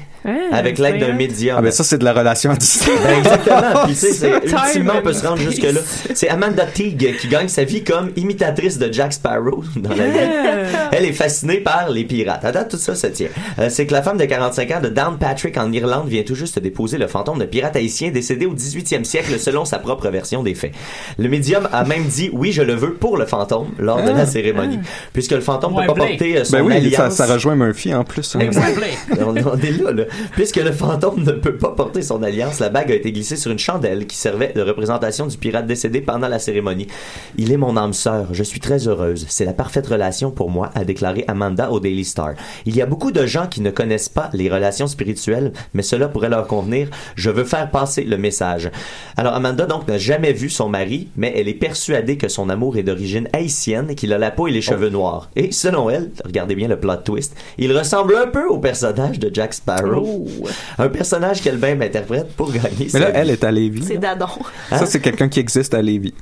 Speaker 6: avec l'aide d'un médium.
Speaker 7: Ah, ben ça, c'est de la relation à distance.
Speaker 6: Ben, exactement.
Speaker 7: [LAUGHS]
Speaker 6: Puis, tu sais, c'est-
Speaker 7: Time
Speaker 6: ultimement, on peut se rendre
Speaker 7: and space.
Speaker 6: jusque-là. C'est Amanda Teague qui gagne sa vie comme imitatrice de Jack Sparrow dans la vie.
Speaker 9: [LAUGHS]
Speaker 6: Elle est fascinée par les pirates. À date, tout ça se tient. Euh, c'est que la femme de 45 ans de Downpatrick en Irlande vient tout juste déposer le fantôme de pirate haïtien décédé au 18e siècle selon sa propre version des faits. Le médium a même dit oui, je le veux pour le fantôme lors de la cérémonie. Puisque le fantôme
Speaker 7: Ouais,
Speaker 6: peut pas
Speaker 7: Blake.
Speaker 6: porter euh, son
Speaker 7: Ben oui, ça,
Speaker 6: alliance.
Speaker 7: ça rejoint Murphy en plus. hein.
Speaker 6: on, on est là, là. Puisque le fantôme ne peut pas porter son alliance, la bague a été glissée sur une chandelle qui servait de représentation du pirate décédé pendant la cérémonie. Il est mon âme sœur. Je suis très heureuse. C'est la parfaite relation pour moi, a déclaré Amanda au Daily Star. Il y a beaucoup de gens qui ne connaissent pas les relations spirituelles, mais cela pourrait leur convenir. Je veux faire passer le message. Alors Amanda, donc, n'a jamais vu son mari, mais elle est persuadée que son amour est d'origine haïtienne, qu'il a la peau et les cheveux noirs. Et selon elle, regardez bien le plot twist, il ressemble un peu au personnage de Jack Sparrow.
Speaker 5: Oh.
Speaker 6: Un personnage qu'elle même interprète pour gagner
Speaker 7: Mais là,
Speaker 6: sa vie. Hein?
Speaker 7: elle est à Lévis.
Speaker 8: C'est Dadon.
Speaker 7: Ça, c'est quelqu'un qui existe à Lévis.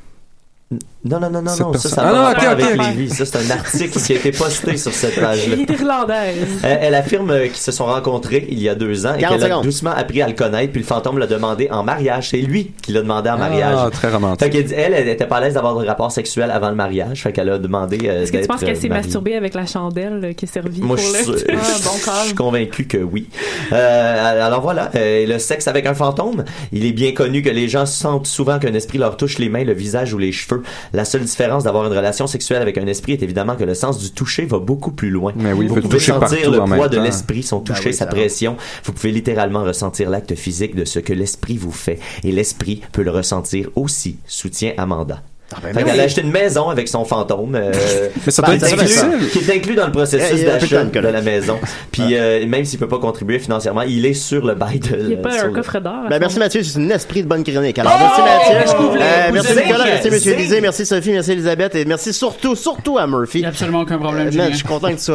Speaker 6: Non, non, non, non,
Speaker 7: Cette
Speaker 6: non, ça, ça
Speaker 7: personne.
Speaker 6: n'a
Speaker 7: Ah,
Speaker 6: pas
Speaker 7: non,
Speaker 6: rapport
Speaker 7: ok,
Speaker 6: avec
Speaker 7: ok.
Speaker 6: Lévi. Ça, c'est un article qui a été posté sur
Speaker 5: [LAUGHS]
Speaker 6: cette page-là.
Speaker 5: Elle
Speaker 6: [LAUGHS]
Speaker 5: est irlandaise.
Speaker 6: Euh, elle affirme euh, qu'ils se sont rencontrés il y a deux ans et
Speaker 5: 40
Speaker 6: qu'elle a
Speaker 5: secondes.
Speaker 6: doucement appris à le connaître, puis le fantôme l'a demandé en mariage. C'est lui qui l'a demandé en mariage.
Speaker 7: Ah, très romantique.
Speaker 6: Fait qu'elle dit- elle, elle était pas à l'aise d'avoir des rapports sexuels avant le mariage. Fait qu'elle a demandé euh,
Speaker 5: Est-ce que tu
Speaker 6: d'être,
Speaker 5: penses qu'elle
Speaker 6: euh,
Speaker 5: s'est
Speaker 6: mariée.
Speaker 5: masturbée avec la chandelle euh, qui est servie
Speaker 6: Moi, je
Speaker 5: pour
Speaker 6: suis,
Speaker 5: le... [LAUGHS] Ah,
Speaker 6: sûr- je suis convaincu que oui. Euh, alors voilà, euh, le sexe avec un fantôme, il est bien connu que les gens sentent souvent qu'un esprit leur touche les mains, le visage ou les cheveux. La seule différence d'avoir une relation sexuelle avec un esprit est évidemment que le sens du toucher va beaucoup plus loin.
Speaker 7: Mais oui, il
Speaker 6: vous
Speaker 7: peut
Speaker 6: pouvez
Speaker 7: toucher
Speaker 6: sentir
Speaker 7: partout
Speaker 6: le
Speaker 7: en même
Speaker 6: poids de
Speaker 7: temps.
Speaker 6: l'esprit, son
Speaker 7: Ben
Speaker 6: toucher,
Speaker 7: oui,
Speaker 6: sa
Speaker 7: ça va.
Speaker 6: pression. Vous pouvez littéralement ressentir l'acte physique de ce que l'esprit vous fait. Et l'esprit peut le ressentir aussi, soutient Amanda.
Speaker 4: ben
Speaker 6: Fait
Speaker 4: oui.
Speaker 6: qu'elle a acheté une maison avec son fantôme. euh,
Speaker 7: [LAUGHS] Mais ça doit
Speaker 6: qui
Speaker 7: être
Speaker 6: est inclus-
Speaker 7: difficile.
Speaker 6: Qui est inclus dans le
Speaker 4: Eh, Il
Speaker 6: processus
Speaker 4: y a un peu de Ah.
Speaker 6: d'achat
Speaker 4: temps de
Speaker 6: de la maison. Puis euh, même s'il peut pas contribuer financièrement, il est sur le bail de.
Speaker 5: Il est pas
Speaker 6: sur
Speaker 5: un
Speaker 6: le-
Speaker 5: coffre
Speaker 10: Ah,
Speaker 5: d'or. à
Speaker 4: Ben,
Speaker 5: ce
Speaker 4: merci
Speaker 5: moment.
Speaker 4: Mathieu, c'est une esprit de bonne chronique. Alors
Speaker 5: Oh,
Speaker 4: merci
Speaker 5: est-ce
Speaker 4: Mathieu, Euh,
Speaker 5: que vous voulez- vous
Speaker 4: merci
Speaker 5: avez
Speaker 4: Nicolas, merci
Speaker 5: raison.
Speaker 4: Monsieur Lisée, merci Sophie, merci Elisabeth et merci surtout, surtout à Murphy.
Speaker 10: Absolument aucun problème,
Speaker 4: Euh, man,
Speaker 10: Julien.
Speaker 4: je suis content que tu sois